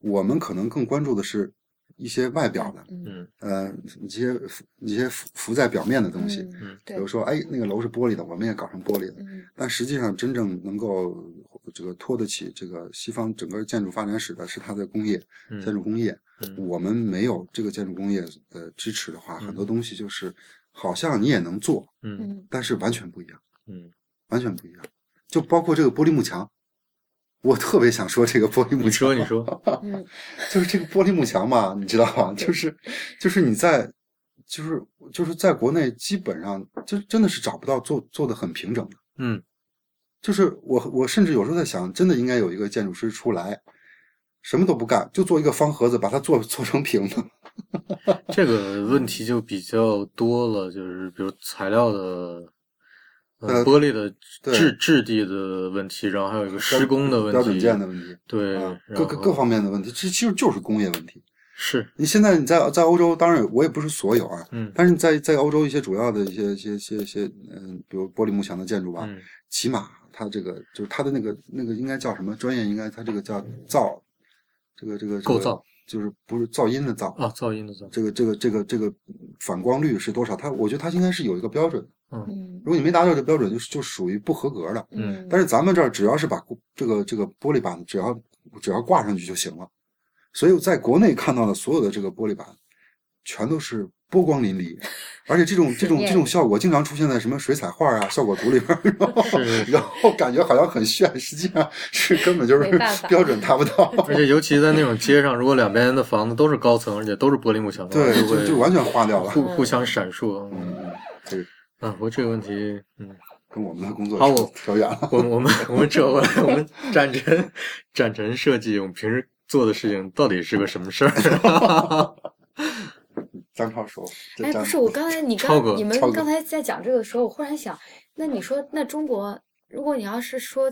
我们可能更关注的是一些外表的，嗯呃，一些浮一些浮浮在表面的东西。嗯嗯比对如说，哎，那个楼是玻璃的，我们也搞成玻璃的。嗯但实际上，真正能够这个拖得起这个西方整个建筑发展史的是它的工业、嗯建筑工业。嗯我们没有这个建筑工业的支持的话，嗯很多东西就是好像你也能做，嗯嗯但是完全不一样，嗯完全不一样。就包括这个玻璃幕墙，我特别想说这个玻璃幕墙。你说你说，啊嗯就是这个玻璃幕墙嘛，你知道吧？ 就是就是你在就是就是在国内基本上就真的是找不到做做的很平整的。嗯，就是我我甚至有时候在想，真的应该有一个建筑师出来，什么都不干，就做一个方盒子，把它做做成平的。这个问题就比较多了，就是比如材料的。呃，呃玻璃的对质质地的问题，然后还有一个施工的问题，标准件的问题，对，啊，然各个后各方面的问题，这其实就是工业问题。是，你现在你在在欧洲，当然我也不是所有啊，嗯但是在在欧洲一些主要的一些一些一些一些，嗯，比如玻璃幕墙的建筑吧，嗯起码它这个就是它的那个那个应该叫什么专业？应该它这个叫噪，这个这个、这个、构造就是不是噪音的噪啊，噪音的噪，这个这个这个这个反光率是多少？它我觉得它应该是有一个标准的，嗯如果你没达到这个标准，就是就属于不合格的。嗯但是咱们这儿只要是把这个这个玻璃板只要只要挂上去就行了，所以在国内看到的所有的这个玻璃板，全都是波光粼粼，而且这种这种这种效果经常出现在什么水彩画啊、效果图里边儿，然后是然后感觉好像很炫，实际上是根本就是没办法标准达不 到， 而且尤其在那种街上，如果两边的房子都是高层，而且都是玻璃幕墙的话，对，就就会就完全花掉了。互互相闪烁。嗯嗯，这个啊，不过这个问题，嗯，跟我们的工作好我扯远了。我们我们我们扯回来，我们展陈展陈设计，我们平时做的事情到底是个什么事儿？ 张超说，这哎，张不是，我刚才你超哥刚你们超哥刚才在讲这个时候，我忽然想，那你说，那中国，如果你要是说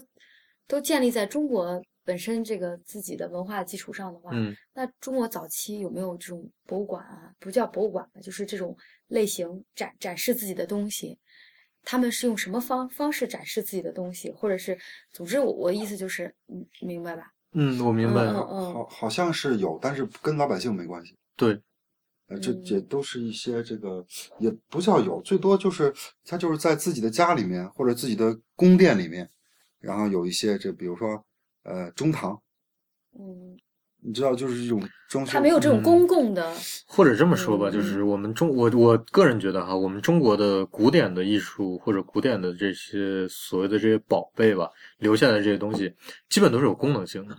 都建立在中国本身这个自己的文化基础上的话，嗯那中国早期有没有这种博物馆啊？不叫博物馆吧，就是这种类型展展示自己的东西。他们是用什么方方式展示自己的东西，或者是，总之我我意思就是，你明白吧？嗯，我明白嗯了。好，好像是有，但是跟老百姓没关系。对，呃，这嗯这都是一些这个也不叫有，最多就是他就是在自己的家里面或者自己的宫殿里面，然后有一些这比如说呃中堂，嗯，你知道就是这种装修，他没有这种嗯公共的，或者这么说吧，嗯就是我们中我我个人觉得哈，我们中国的古典的艺术或者古典的这些所谓的这些宝贝吧，留下来的这些东西，基本都是有功能性的。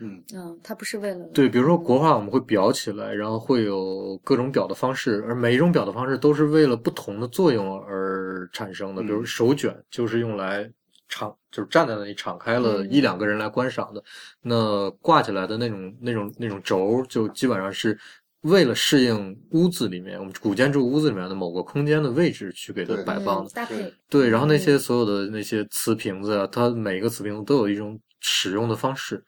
嗯嗯，他不是为了对，比如说嗯国画，我们会裱起来，然后会有各种裱的方式，而每一种裱的方式都是为了不同的作用而产生的。比如嗯手卷就是用来敞，就是站在那里敞开了嗯一两个人来观赏的。那挂起来的那种那种那种轴，就基本上是为了适应屋子里面我们古建筑屋子里面的某个空间的位置去给它对摆放的嗯。搭配，对，然后那些嗯所有的那些瓷瓶子啊，它每个瓷瓶子都有一种使用的方式，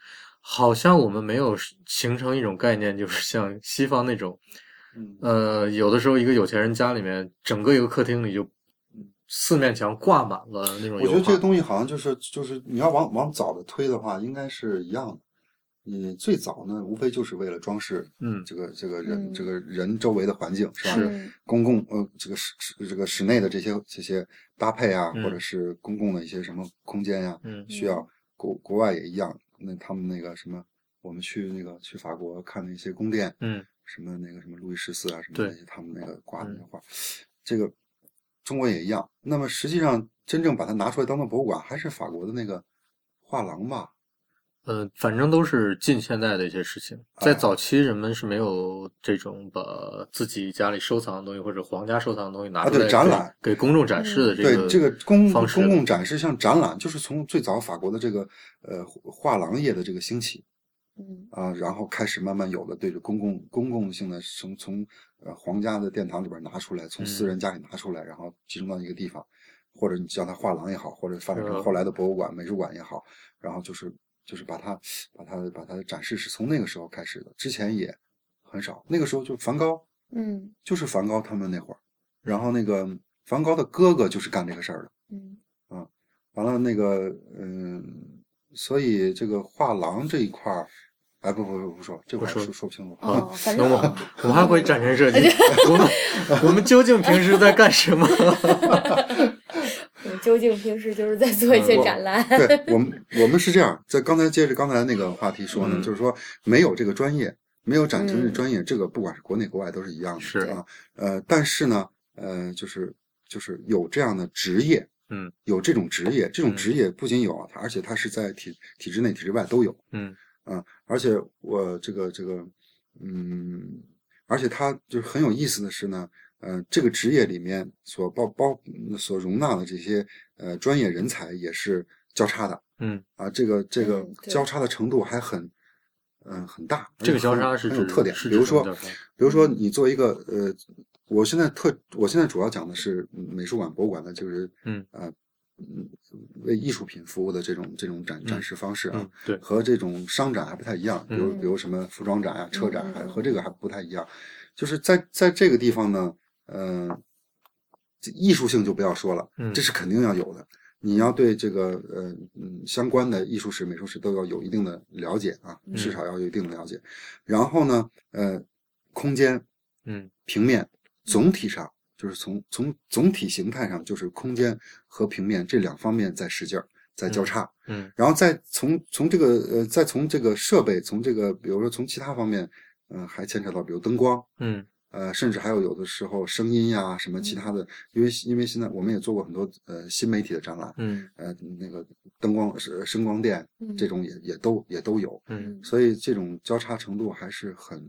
好像我们没有是形成一种概念，就是像西方那种，嗯呃，有的时候一个有钱人家里面，整个一个客厅里就四面墙挂满了那种我油觉得这个画，东西好像就是就是你要往往早的推的话，应该是一样的。你最早呢，无非就是为了装饰嗯，这个这个人、嗯这个人周围的环境，是吧？是嗯公共呃这个室室这个室内的这些这些搭配啊，嗯或者是公共的一些什么空间呀、嗯需要国国外也一样。那他们那个什么，我们去那个去法国看那些宫殿，嗯，什么那个什么路易十四啊，什么对那些他们那个挂的那嗯画，这个中国也一样。那么实际上真正把它拿出来当做博物馆，还是法国的那个画廊吧？呃，反正都是近现代的一些事情，在哎早期人们是没有这种把自己家里收藏的东西或者皇家收藏的东西拿啊出对来展给览给公众展示的这对，这个公方公式共展示，像展览，就是从最早法国的这个呃画廊业的这个兴起，嗯啊，然后开始慢慢有的对着公共公共性的从从呃皇家的殿堂里边拿出来，从私嗯人家里拿出来，然后集中到一个地方，或者你叫它画廊也好，或者发展是成后来的博物馆、美术馆也好，然后就是就是把它把它把它的展示是从那个时候开始的，之前也很少。那个时候就梵高，嗯就是梵高他们那会儿，然后那个梵高的哥哥就是干这个事儿的。嗯完了那个，嗯，所以这个画廊这一块儿，哎，不不不不说，这块儿不说说说不清楚。哦，嗯反那正我我们还会展陈设 计，我们我们究竟平时在干什么？我嗯究竟平时就是在做一些嗯我展览。 对我们，我们是这样，在刚才接着刚才那个话题说呢，嗯就是说没有这个专业，没有展陈这嗯专业，这个不管是国内国外都是一样的是啊。呃，但是呢，呃，就是就是有这样的职业，嗯，有这种职业，这种嗯职业不仅有，啊它而且它是在体体制内、体制外都有。嗯啊，而且我这个这个，嗯，而且它就是很有意思的是呢，呃，这个职业里面所包包嗯所容纳的这些呃专业人才也是交叉的嗯，啊，这个这个嗯对交叉的程度还很嗯、很大，而这个且交很叉是很有指特点，是比指如什么说交叉比如嗯说你做一个呃，我现在特我现在主要讲的是美术馆、博物馆的，就是嗯呃嗯为艺术品服务的这种这种展展嗯示方式啊。嗯，对，和这种商展还不太一样，比如嗯比如什么服装展啊、车展，还嗯嗯嗯和这个还不太一样。就是在在这个地方呢，嗯、这艺术性就不要说了，嗯这是肯定要有的。你要对这个呃嗯相关的艺术史、美术史都要有一定的了解啊，嗯至少要有一定的了解。然后呢，呃，空间、嗯平面总体上就是从从总体形态上，就是空间和平面这两方面在使劲儿，在交嗯叉。嗯然后再从从这个呃，再从这个设备，从这个比如说从其他方面，嗯、还牵扯到比如灯光，嗯呃，甚至还有有的时候声音呀什么其他的，因为因为现在我们也做过很多呃新媒体的展览，嗯呃，那个灯光是声光电嗯这种也也都也都有，嗯，所以这种交叉程度还是很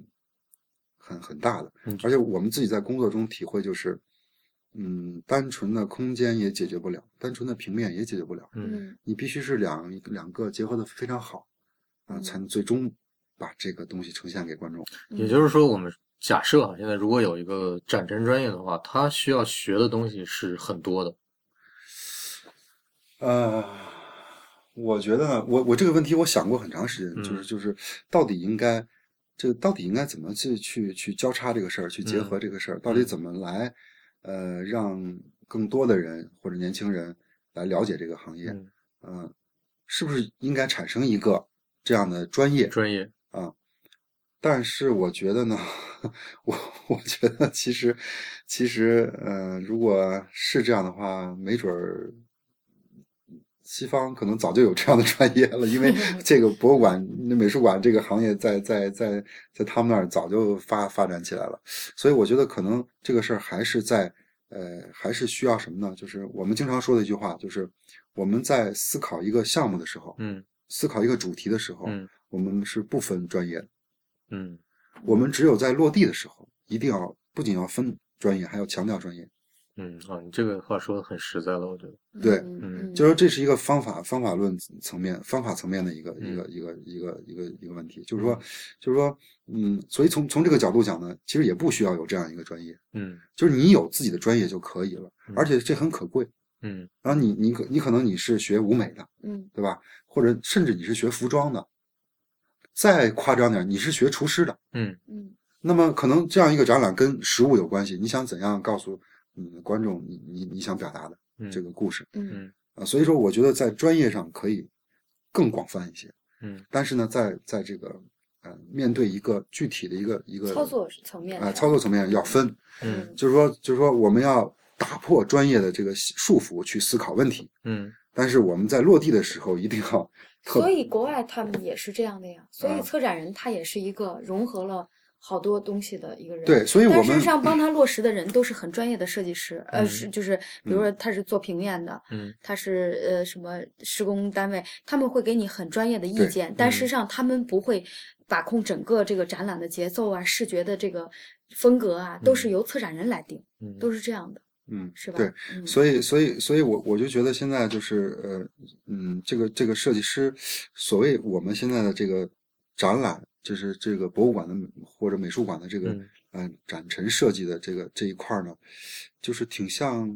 很很大的嗯，而且我们自己在工作中体会就是，嗯，单纯的空间也解决不了，单纯的平面也解决不了。嗯嗯你必须是两两个结合的非常好，啊，嗯才能最终把这个东西呈现给观众。嗯，也就是说，我们假设啊，现在如果有一个展陈专业的话，他需要学的东西是很多的。呃，我觉得呢，我我这个问题我想过很长时嗯间，就是就是到底应该这到底应该怎么去去去交叉这个事儿，去结嗯合这个事儿，到底怎么来呃让更多的人或者年轻人来了解这个行业，嗯，嗯、是不是应该产生一个这样的专业？专业，但是我觉得呢， 我我觉得其实其实，呃，如果是这样的话，没准儿西方可能早就有这样的专业了，因为这个博物馆、那美术馆这个行业在在在在他们那儿早就发发展起来了，所以我觉得可能这个事儿还是在呃，还是需要什么呢？就是我们经常说的一句话，就是我们在思考一个项目的时候，嗯思考一个主题的时候，嗯我们是不分专业的。嗯我们只有在落地的时候，一定要不仅要分专业，还要强调专业。嗯啊，你这个话说的很实在了，我觉得。对嗯就说这是一个方法方法论层面方法层面的一个一嗯个一个一个一个一个问题，就是说，就是说，嗯，所以从从这个角度讲呢，其实也不需要有这样一个专业，嗯就是你有自己的专业就可以了嗯，而且这很可贵。嗯然后你你可你可能你是学舞美的，嗯对吧？或者甚至你是学服装的，再夸张点，你是学厨师的，嗯嗯那么可能这样一个展览跟食物有关系，你想怎样告诉你的观众你你你想表达的嗯，这个故事嗯啊？所以说，我觉得在专业上可以更广泛一些，嗯但是呢，在在这个呃面对一个具体的一个一个嗯，操作层面啊、上操作层面要分，嗯就是说就是说我们要打破专业的这个束缚去思考问题，嗯但是我们在落地的时候一定要特所以国外他们也是这样的呀，所以嗯策展人他也是一个融合了好多东西的一个人。对，，所以我但们实际上帮他落实的人都是很专业的设计师，呃，嗯是就是比如说他是做平面的，嗯他是呃什么施工单位，他们会给你很专业的意对见，但嗯实际上他们不会把控整个这个展览的节奏啊、视觉的这个风格啊，都是嗯由策展人来定，嗯，都是这样的，嗯是吧？对，嗯、所以，所以，所以我我就觉得现在就是呃，嗯，这个这个设计师，所谓我们现在的这个展览，就是这个博物馆的或者美术馆的这个嗯嗯、呃展陈设计的这个这一块儿呢，就是挺像，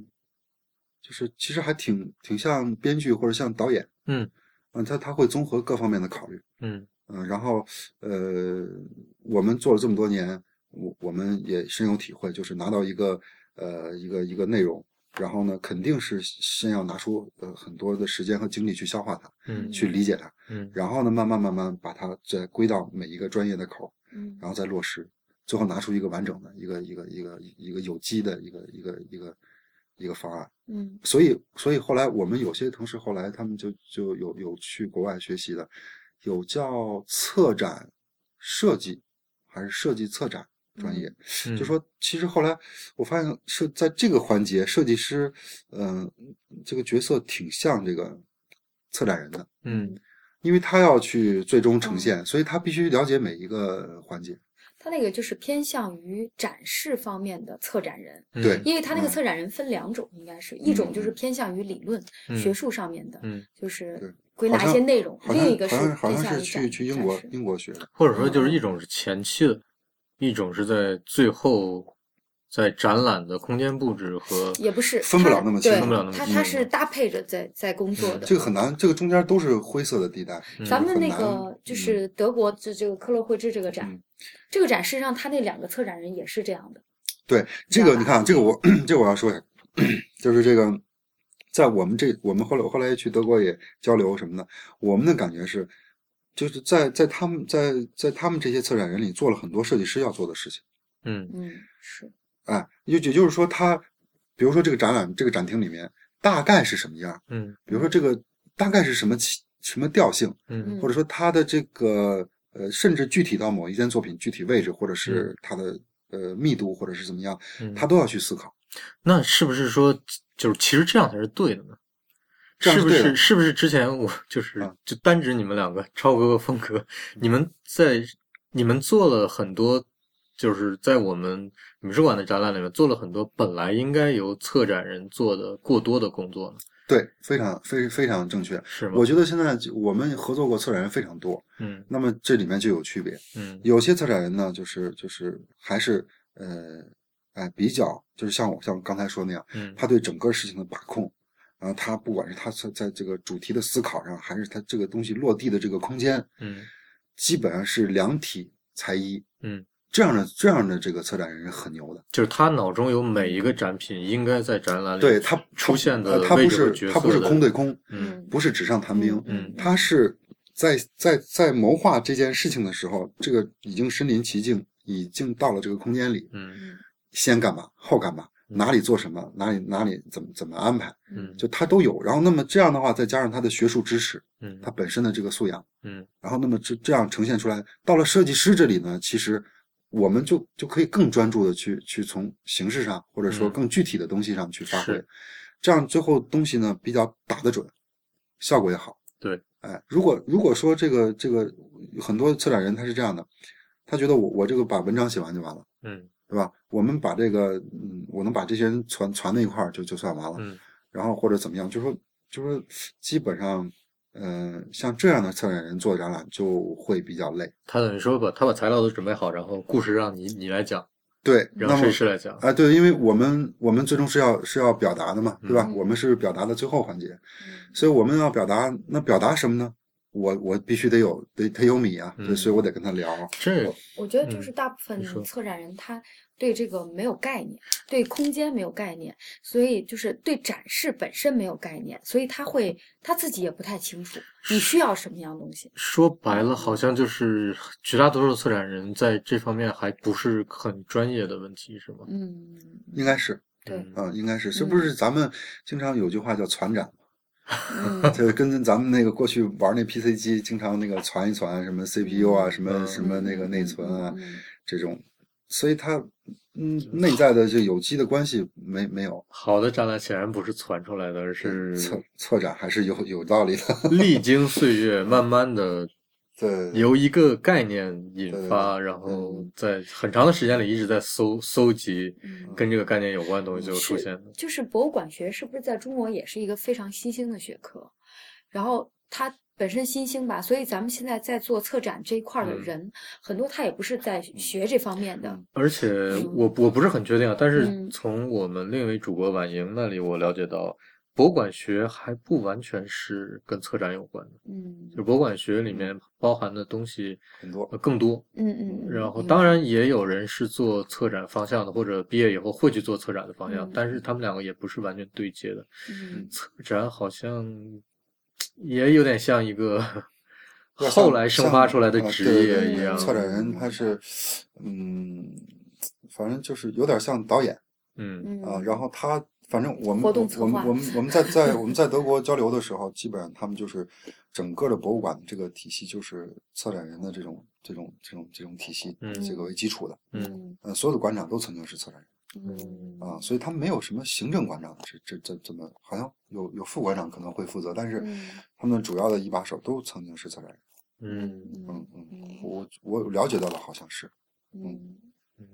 就是其实还挺挺像编剧或者像导演，嗯嗯，他他会综合各方面的考虑，嗯嗯，然后呃，我们做了这么多年，我我们也深有体会，就是拿到一个呃一个一个内容，然后呢，肯定是先要拿出呃很多的时间和精力去消化它，嗯去理解它，嗯然后呢，慢慢慢慢把它再归到每一个专业的口儿，嗯然后再落实，最后拿出一个完整的一个一个一个一个有机的一个一个一个一个方案。嗯所以，所以后来我们有些同事后来他们就就有有去国外学习的，有叫策展设计还是设计策展专业，嗯，就说其实后来我发现设在这个环节，设计师，嗯、这个角色挺像这个策展人的，嗯因为他要去最终呈哦现，所以他必须了解每一个环节。他那个就是偏向于展示方面的策展人，嗯对因为他那个嗯策展人分两种，应该是一种就是偏向于理论、嗯学术上面的，嗯，就是对归好纳一像些内容；好像另一个好像好偏像是向于去展去英展国示英国学的，或者说就是一种是前期的，一种是在最后在展览的空间布置和也不是分不他了那么清对，分不了那么他清他楚是搭配着在在工作嗯的。这个很难，这个中间都是灰色的地带。嗯咱们很那难个嗯就是德国的这个科勒惠治这个展，嗯这个展事实上他那两个策展人也是这样的。对这个，你看，啊这个我 这个我要说一下，就是这个，在我们这我们后来后来去德国也交流什么的，我们的感觉是，就是在在他们在在他们这些策展人里做了很多设计师要做的事情，嗯嗯，是，哎，也也就是说他，比如说这个展览这个展厅里面大概是什么样，嗯比如说这个大概是什么气什么调性，嗯或者说它的这个呃，甚至具体到某一件作品具体位置，或者是它的呃密度，或者是怎么样，嗯，他都要去思考。那是不是说就是其实这样才是对的呢？这是样是不对是的是不是之前我就是啊嗯就单指你们两个超哥和峰哥，你们在你们做了很多，就是在我们美术馆的展览里面做了很多本来应该由策展人做的过多的工作呢？对，非常非非常正确。是吗？我觉得现在就我们合作过策展人非常多，嗯那么这里面就有区别。嗯有些策展人呢，就是就是还是呃哎比较就是像我像刚才说那样，嗯他对整个事情的把控，然后他不管是他在在这个主题的思考上，还是他这个东西落地的这个空间，嗯基本上是量体裁衣。嗯，这样的这样的这个策展人是很牛的，就是他脑中有每一个展品应该在展览里对他嗯出现的呃他位不置和是角他不色是的空对空，嗯不是纸上谈兵，嗯他是在在在谋划这件事情的时候，这个已经身临其境，已经到了这个空间里，嗯先干嘛，后干嘛，嗯哪里做什么，哪里哪里怎么怎么安排，嗯就他都有。然后那么这样的话，再加上他的学术知识，嗯他本身的这个素养，嗯然后那么这这样呈现出来，到了设计师这里呢，其实我们就就可以更专注的去去从形式上，或者说嗯更具体的东西上去发挥，是这样最后东西呢比较打得准，效果也好。对，哎，如果如果说这个这个很多策展人他是这样的，他觉得我我这个把文章写完就完了，嗯对吧？我们把这个嗯，我能把这些人攒攒在一块儿就就算完了，嗯然后或者怎么样，就说就说基本上，嗯，像这样的策展人做展览就会比较累。他等于说把他把材料都准备好，然后故事让你你来讲，对，那让么设计师来讲。啊，对，因为我们我们最终是要是要表达的嘛，对吧？嗯我们是表达的最后环节，所以我们要表达，那表达什么呢？我我必须得有得得有米啊，嗯对，所以我得跟他聊。这我我觉得就嗯是大部分你说策展人他对这个没有概念，对空间没有概念，所以就是对展示本身没有概念，所以他会他自己也不太清楚你需要什么样的东西。说白了，好像就是绝大多数策展人在这方面还不是很专业的问题，是吗？嗯，应该是对啊、应该是，是嗯不是咱们经常有句话叫“攒展”嗯 就是跟咱们那个过去玩那 PC 机，经常那个传一传什么 CPU 啊，嗯什么什么那个内存啊嗯嗯嗯嗯这种，所以它嗯内在的这有机的关系没没有，好的展览显然不是传出来的，而是策策展还是有有道理的。 历经岁月，慢慢的对，由一个概念引发，对然嗯后在很长的时间里一直在搜搜集嗯跟这个概念有关的东西，就出是现的。就是博物馆学是不是在中国也是一个非常新兴的学科？然后它本身新兴吧，所以咱们现在在做策展这一块儿的嗯人，很多他也不是在学这方面的。而且嗯我我不是很确定啊，但是嗯从我们另一位主播婉莹那里，我了解到，博物馆学还不完全是跟策展有关的，嗯就博物馆学里面包含的东西很多呃更多。嗯嗯。然后，明当白然也有人是做策展方向的，或者毕业以后会去做策展的方向，嗯但是他们两个也不是完全对接的。嗯策展好像也有点像一 个对后像来生像发出来的啊职对对业对一对样。嗯策展人他是，嗯，反正就是有点像导演嗯嗯啊。然后他，反正我们活动我策我们划我们我们在在我们在德国交流的时候，基本上他们就是整个的博物馆的这个体系，就是策展人的这种这种这种这种体系，嗯这个为基础的。嗯呃，所有的馆长都曾经是策展人嗯啊，所以他们没有什么行政馆长，这这这这么好像有有副馆长可能会负责，但是嗯他们主要的一把手都曾经是策展人。嗯嗯嗯嗯，我我了解到的好像是。嗯嗯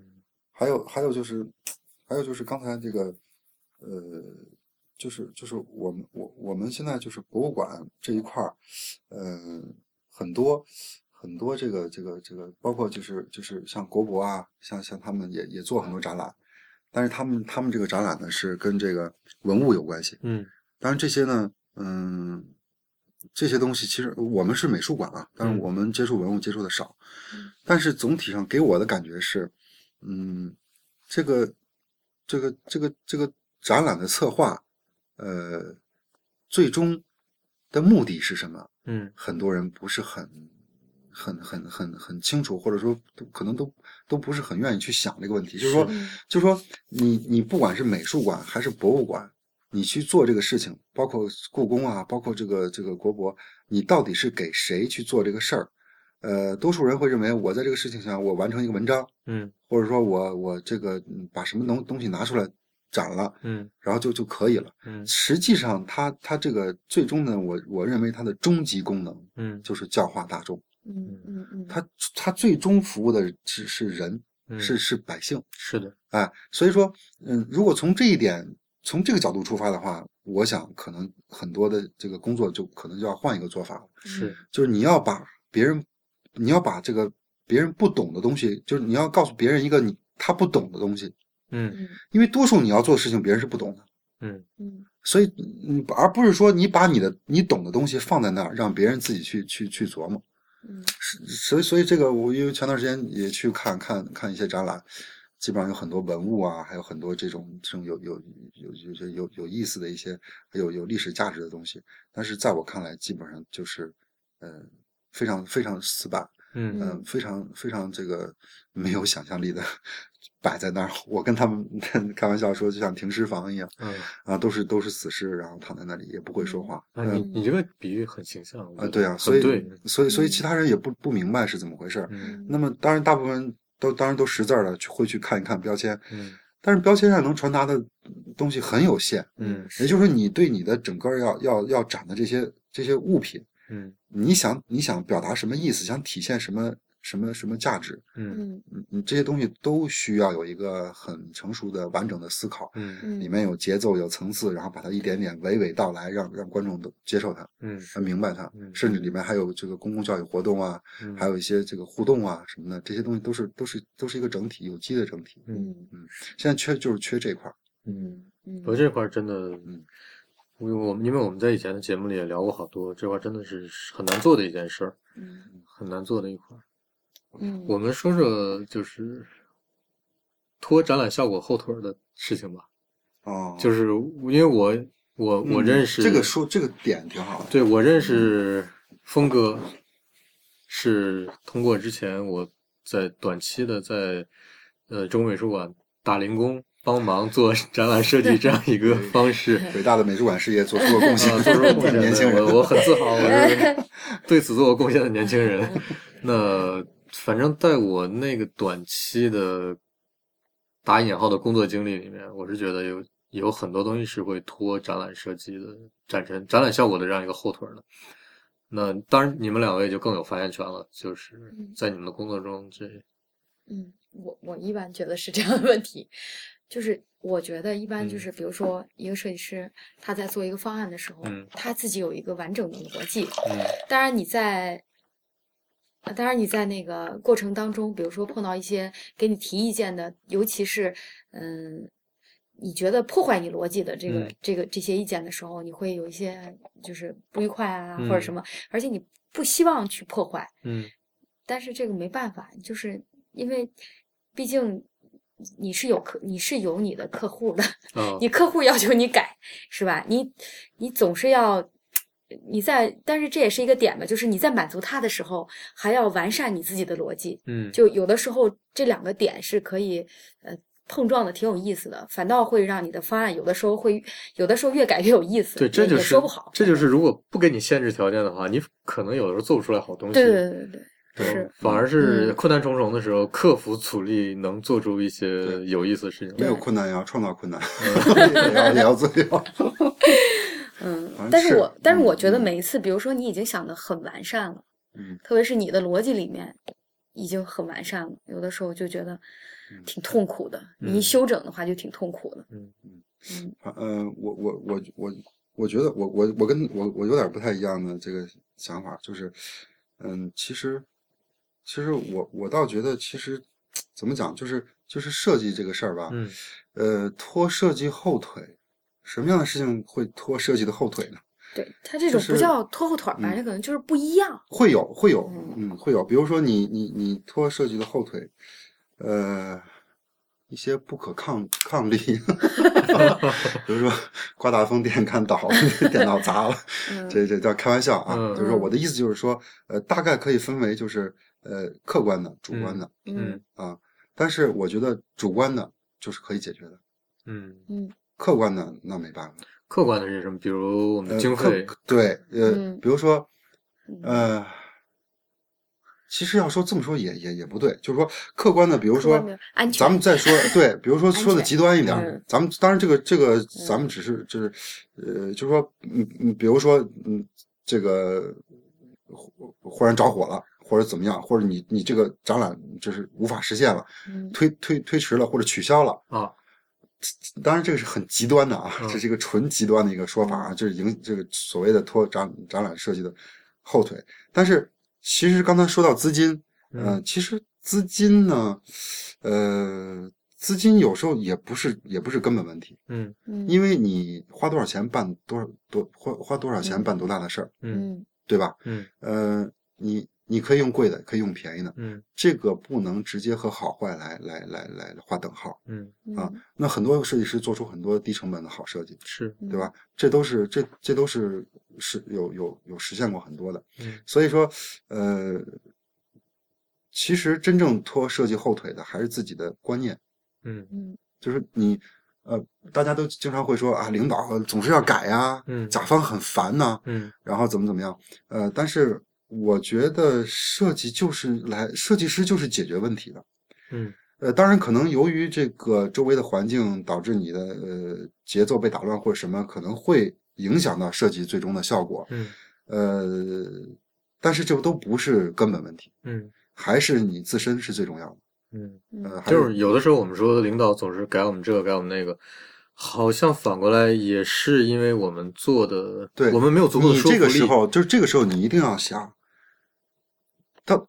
还有还有就是，还有就是刚才这个，呃，就是就是我们我我们现在就是博物馆这一块儿，呃，很多很多这个这个这个，包括就是就是像国博啊，像像他们也也做很多展览，但是他们他们这个展览呢是跟这个文物有关系，嗯当然这些呢，嗯，这些东西其实我们是美术馆啊，但是嗯我们接触文物接触的少，嗯但是总体上给我的感觉是，嗯，这个这个这个这个展览的策划，呃，最终的目的是什么？嗯很多人不是很。很很很很清楚，或者说都可能都都不是很愿意去想这个问题，就是说，嗯就说你你不管是美术馆还是博物馆，你去做这个事情，包括故宫啊，包括这个这个国博，你到底是给谁去做这个事儿？呃，多数人会认为我在这个事情上我完成一个文章，嗯或者说我我这个嗯把什么东东西拿出来展了，嗯然后就就可以了。嗯实际上它，它这个最终呢，我我认为它的终极功能嗯就是教化大众，嗯嗯嗯，它它最终服务的只是人，嗯是是百姓。是的，哎，所以说，嗯，如果从这一点，从这个角度出发的话，我想可能很多的这个工作就可能就要换一个做法了，嗯是就是你要把别人，你要把这个别人不懂的东西，就是你要告诉别人一个你他不懂的东西，嗯嗯因为多数你要做的事情别人是不懂的，嗯嗯所以嗯，而不是说你把你的你懂的东西放在那儿，让别人自己去去去琢磨。嗯是所以所以这个我因为前段时间也去看看看一些展览，基本上有很多文物啊，还有很多这种这种有有有有有有有意思的一些有有历史价值的东西，但是在我看来，基本上就是呃非常非常死板，嗯嗯、嗯非常非常这个没有想象力的摆在那儿。我跟他们开玩笑说，就像停尸房一样嗯啊，都是都是死尸，然后躺在那里也不会说话，啊，嗯你你这个比喻很形象啊，对啊，所嗯很以对，所以所以其他人也不不明白是怎么回事儿。嗯那么当然，大部分人都当然都识字儿了，去会去看一看标签，嗯但是标签上能传达的东西很有限。嗯也就是说，你对你的整个要要要展的这些这些物品，嗯你想你想表达什么意思，想体现什么什么什么价值，嗯嗯嗯你这些东西都需要有一个很成熟的完整的思考，嗯嗯里面有节奏有层次，然后把它一点点娓娓道来，让让观众都接受它。嗯呃明白它嗯，甚至里面还有这个公共教育活动啊，嗯，还有一些这个互动啊什么的，这些东西都是都是都是一个整体，有机的整体。嗯嗯现在缺就是缺这块儿，嗯。嗯，我这块儿真的，嗯因为我们因为我们在以前的节目里也聊过好多，这块儿真的是很难做的一件事儿，嗯很难做的一块儿。嗯我们说说就是拖展览效果后腿儿的事情吧，哦，嗯就是是因为我我我认识、这个说这个点挺好的，对我认识峰哥，是通过之前我在短期的在呃中国美术馆打零工帮忙做展览设计这样一个方式。伟大的美术馆事业做出了 贡献啊，，做出 贡献的年轻人，我我很自豪，我是 对此做过贡献的年轻人。那反正在我那个短期的打引号的工作经历里面，我是觉得有有很多东西是会拖展览设计的、展陈展览效果的这样一个后腿儿的。那当然，你们两位就更有发言权了，就是嗯在你们的工作中，这嗯，我我一般觉得是这样的问题，就是我觉得一般就嗯是，比如说一个设计师他在做一个方案的时候，嗯他自己有一个完整的逻辑。嗯当然你在，呃当然你在那个过程当中，比如说碰到一些给你提意见的，尤其是嗯，你觉得破坏你逻辑的这个、嗯这个这些意见的时候，你会有一些就是不愉快啊、或者嗯什么，而且你不希望去破坏，嗯但是这个没办法，就是因为毕竟你是有客，你是有你的客户的，哦你客户要求你改，是吧？你你总是要你在，但是这也是一个点吧，就是你在满足他的时候，还要完善你自己的逻辑。嗯就有的时候这两个点是可以呃碰撞的，挺有意思的，反倒会让你的方案有的时候会有的时候越改越有意思，对，这也就也是说不好，这就是如果不给你限制条件的话，你可能有的时候做不出来好东西。对对对对对，对是反而是嗯困难重重的时候，克服阻力，能做出一些对有意思的事情。没有困难也要创造困难，嗯 也要也要自由。嗯反，正但是是我但是嗯我觉得嗯每一次，比如说你已经想的很完善了，嗯，特别是你的逻辑里面已经很完善了，有的时候就觉得嗯挺痛苦的。你一嗯修整的话就挺痛苦的。嗯嗯反呃，我我我我我觉得我我我跟我我有点不太一样的这个想法，就是，嗯，其实其实我我倒觉得，其实怎么讲，就是就是设计这个事儿吧，嗯呃，拖设计后腿，什么样的事情会拖设计的后腿呢？对他这种不是嗯叫拖后腿儿吧，这可能就是不一样。会有会有嗯，嗯，会有，比如说你你你拖设计的后腿，呃，一些不可抗抗力， 比如说刮大风电杆倒了，电脑砸了。嗯，这这叫开玩笑啊，嗯就是说我的意思就是说，呃，大概可以分为就是呃客观的、主观的，嗯但是我觉得主观的就是可以解决的，嗯，嗯客观的那没办法。客观的是什么？比如我们的呃经客费，对，呃，嗯比如说嗯，呃，其实要说这么说也也也不对，就是说客观的，比如客说观没有安全咱们再说对，比如说说的安全极端一点嗯儿，咱们当然这个这个咱们只是就是呃，就是说嗯嗯，比如说嗯这个忽忽然着火了，或者怎么样，或者你你这个展览就是无法实现了，嗯推推推迟了或者取消了。啊，当然，这个是很极端的啊，嗯这是一个纯极端的一个说法啊，就是影这个所谓的拖展展览设计的后腿。但是，其实刚才说到资金，嗯呃，其实资金呢，呃，资金有时候也不是也不是根本问题，嗯嗯，因为为你花多少钱办多少多花花多少钱办多大的事儿，嗯嗯对吧？嗯呃，你你可以用贵的，可以用便宜的，嗯这个不能直接和好坏来来来来划等号。嗯，啊嗯那很多设计师做出很多低成本的好设计，是，对吧？这都是这这都是是有有有实现过很多的，嗯所以说，呃，其实真正拖设计后腿的还是自己的观念，嗯嗯就是你，呃，大家都经常会说啊，领导呃总是要改呀、嗯甲方很烦呐、嗯然后怎么怎么样，呃，但是我觉得设计就是来，设计师就是解决问题的，嗯呃，当然，可能由于这个周围的环境导致你的呃节奏被打乱或者什么，可能会影响到设计最终的效果。嗯呃，但是这都不是根本问题，嗯还是你自身是最重要的。嗯，呃，嗯还就是有的时候我们说领导总是改我们这个改我们那个，好像反过来也是因为我们做的，对我们没有足够的你说这服个时力。候，就是这个时候，你一定要想，他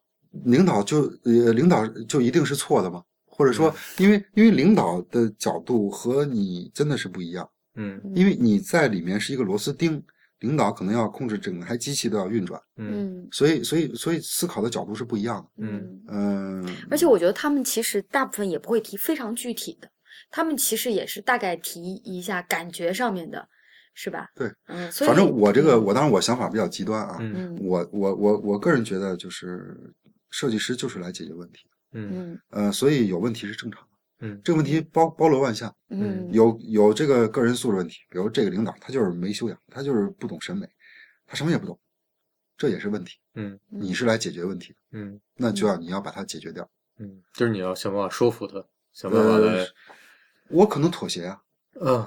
领导就呃，领导就一定是错的吗？或者嗯说，因为因为领导的角度和你真的是不一样。嗯因为你在里面是一个螺丝钉，领导可能要控制整台机器都要运转，嗯嗯所以所以所以思考的角度是不一样的。嗯。嗯，而且我觉得他们其实大部分也不会提非常具体的，他们其实也是大概提一下感觉上面的，是吧？对，嗯，所以反正我这个嗯我当然我想法比较极端啊，嗯嗯我我我我个人觉得就是设计师就是来解决问题，嗯嗯呃，所以有问题是正常的，嗯这个问题包包罗万象，嗯有有这个个人素质问题，比如这个领导他就是没修养，他就是不懂审美，他什么也不懂，这也是问题，嗯你是来解决问题的，嗯那就要你要把它解决掉。嗯，就是你要想办法说服他，想办法呃来，我可能妥协啊，嗯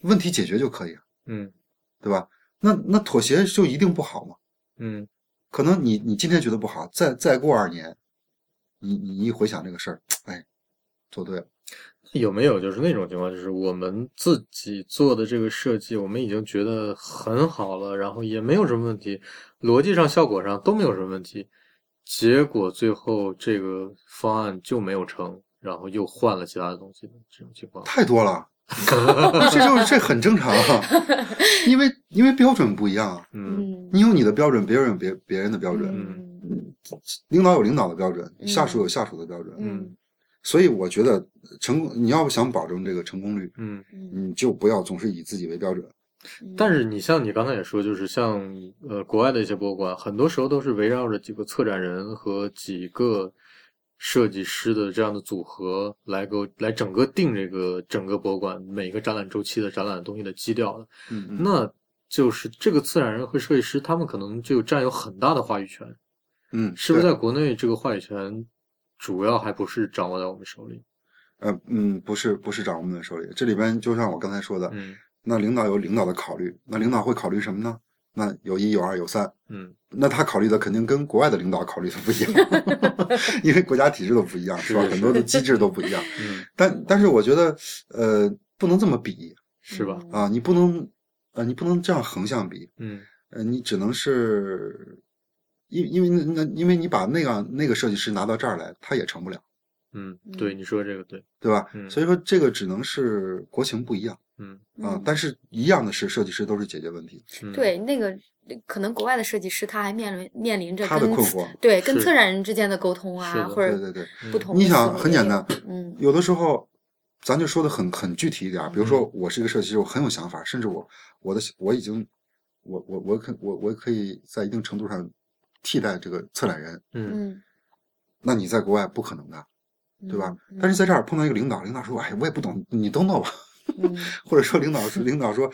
问题解决就可以啊，嗯对吧？那那妥协就一定不好吗？嗯可能你你今天觉得不好，再再过二年，你你一回想这个事儿，哎，做对了。有没有就是那种情况，就是我们自己做的这个设计，我们已经觉得很好了，然后也没有什么问题，逻辑上、效果上都没有什么问题，结果最后这个方案就没有成，然后又换了其他的东西，这种情况。太多了，这就是这很正常啊，因为因为标准不一样啊，嗯嗯你有你的标准，别人有别别人的标准，嗯领导有领导的标准，嗯下属有下属的标准，嗯所以我觉得成功，你要想保证这个成功率，嗯，嗯，你就不要总是以自己为标准。但是你像你刚才也说，就是像呃国外的一些博物馆，很多时候都是围绕着几个策展人和几个设计师的这样的组合来给我来整个定这个整个博物馆每个展览周期的展览东西的基调的。嗯嗯那就是这个策展人和设计师，他们可能就占有很大的话语权，嗯，是不是？对在国内，这个话语权主要还不是掌握在我们手里。呃嗯，不是不是掌握我们的手里，这里边就像我刚才说的，嗯那领导有领导的考虑，那领导会考虑什么呢？那有一有二有三，嗯，那他考虑的肯定跟国外的领导考虑的不一样， 因为国家体制都不一样，是吧？是是很多的机制都不一样。嗯，但但是我觉得，呃，不能这么比是嗯吧？啊，你不能，呃，你不能这样横向比，嗯呃，你只能是，因因为那那因为你把那个那个设计师拿到这儿来，他也成不了，嗯，对，你说这个对。对吧？嗯所以说这个只能是国情不一样嗯啊，嗯但是一样的是设计师都是解决问题，嗯，对那个可能国外的设计师他还面临面临着他的跟困惑。对跟是策展人之间的沟通是啊，的或对者对对，嗯不同你的想思很简维单，嗯有的时候，咱就说的很很具体一点儿，比如嗯说我是一个设计师，我很有想法，甚至我我的我已经我我我可我我可以在一定程度上替代这个策展人，嗯嗯，那你在国外不可能的，对吧？嗯但是在这儿碰到一个领导，领导说：“哎，我也不懂，你都弄吧。嗯” 或者说领导说领导说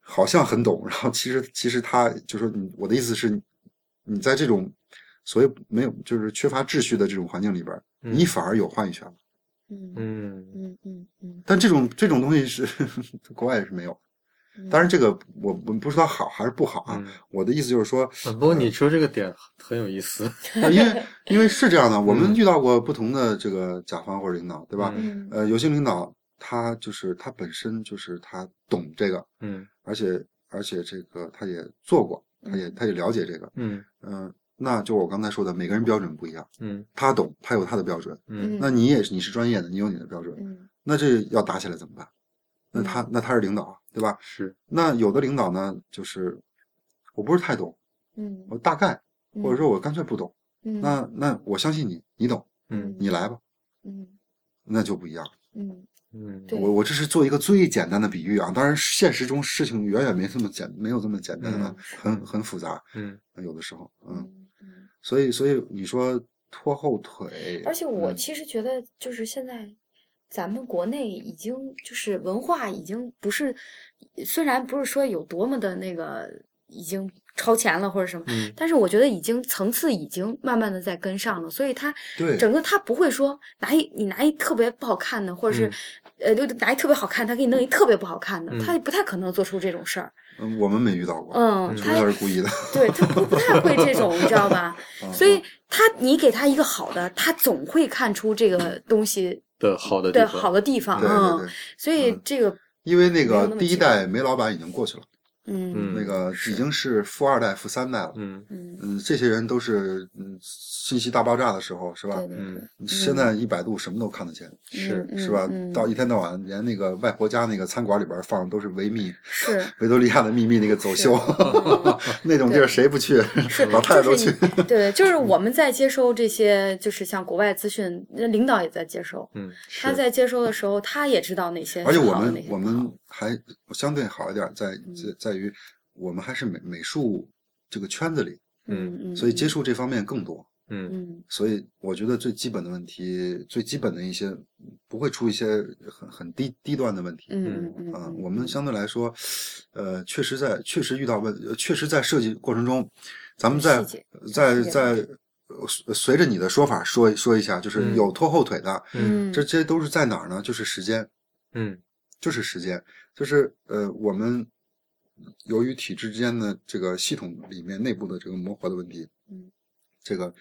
好像很懂，然后其实其实他就说你我的意思是，你在这种所谓没有就是缺乏秩序的这种环境里边儿，嗯你反而有话语权了。嗯嗯嗯嗯嗯嗯但这种这种东 西是国外是没有。嗯，当然，这个我我不知道好还是不好啊。嗯。我的意思就是说，啊不过你说这个点很有意思，呃因为因为是这样的，我们嗯遇到过不同的这个甲方或者领导，对吧？嗯嗯呃，有些领导他就是他本身就是他懂这个，嗯而且而且这个他也做过，他也嗯他也了解这个，嗯嗯、那就我刚才说的，每个人标准不一样，嗯他懂，他有他的标准，嗯那你也是你是专业的，你有你的标准，嗯那这要打起来怎么办？那嗯他那他是领导，啊对吧？是那有的领导呢，就是我不是太懂，嗯，我大概，或者说我干脆不懂。嗯那那我相信你，你懂，嗯你来吧，嗯那就不一样。嗯嗯对我我这是做一个最简单的比喻啊，当然现实中事情远远没这么简，没有这么简单啊嗯，很很复杂，嗯有的时候，嗯，嗯嗯。所以所以你说拖后腿，而且我嗯其实觉得，就是现在咱们国内已经就是文化已经不是，呃虽然不是说有多么的那个已经超前了或者什么，嗯但是我觉得已经层次已经慢慢的在跟上了，所以它对整个它不会说拿一你拿一特别不好看的，或者是、嗯呃就拿一特别好看，他给你弄一特别不好看的，嗯他也不太可能做出这种事儿。嗯我们没遇到过，嗯，除非他他是故意 的，嗯对他不不太会这种，你知道吧？所以他你给他一个好的，他总会看出这个东西的好的地的方，好的地方，对对对嗯，，所以嗯这个，因为那没有个那么第一极端代梅老板已经过去了，嗯嗯那个已经是富二代、富三代了，嗯嗯，嗯，这些人都是嗯信息大爆炸的时候，是吧？对对嗯现在一百度什么都看得见，是嗯是吧？嗯到一天到晚，连那个外婆家那个餐馆里边放的都是维密是维多利亚的秘密那个走秀， 那种地儿对谁不去？老太太都就是去。你对，就是我们在接收这些，就是像国外资讯，那领导也在接收。嗯是他在接收的时候，他也知道哪些而且是我好的哪们些嗯我不好们还相对好一点，在在在于我们还是美美术这个圈子里，嗯嗯，所以接嗯触这方面更多。嗯嗯所以我觉得最基本的问题，最基本的一些不会出一些很很低低端的问题。嗯嗯啊，嗯，我们相对来说，呃，确实在确实遇到问，呃确实在设计过程中，咱们在细节在细节在呃随随着你的说法说一说一下，就是嗯有拖后腿的，嗯嗯这这都是在哪儿呢？就是时间，嗯就是时间，就是呃，我们由于体制之间的这个系统里面内部的这个磨合的问题，嗯，这个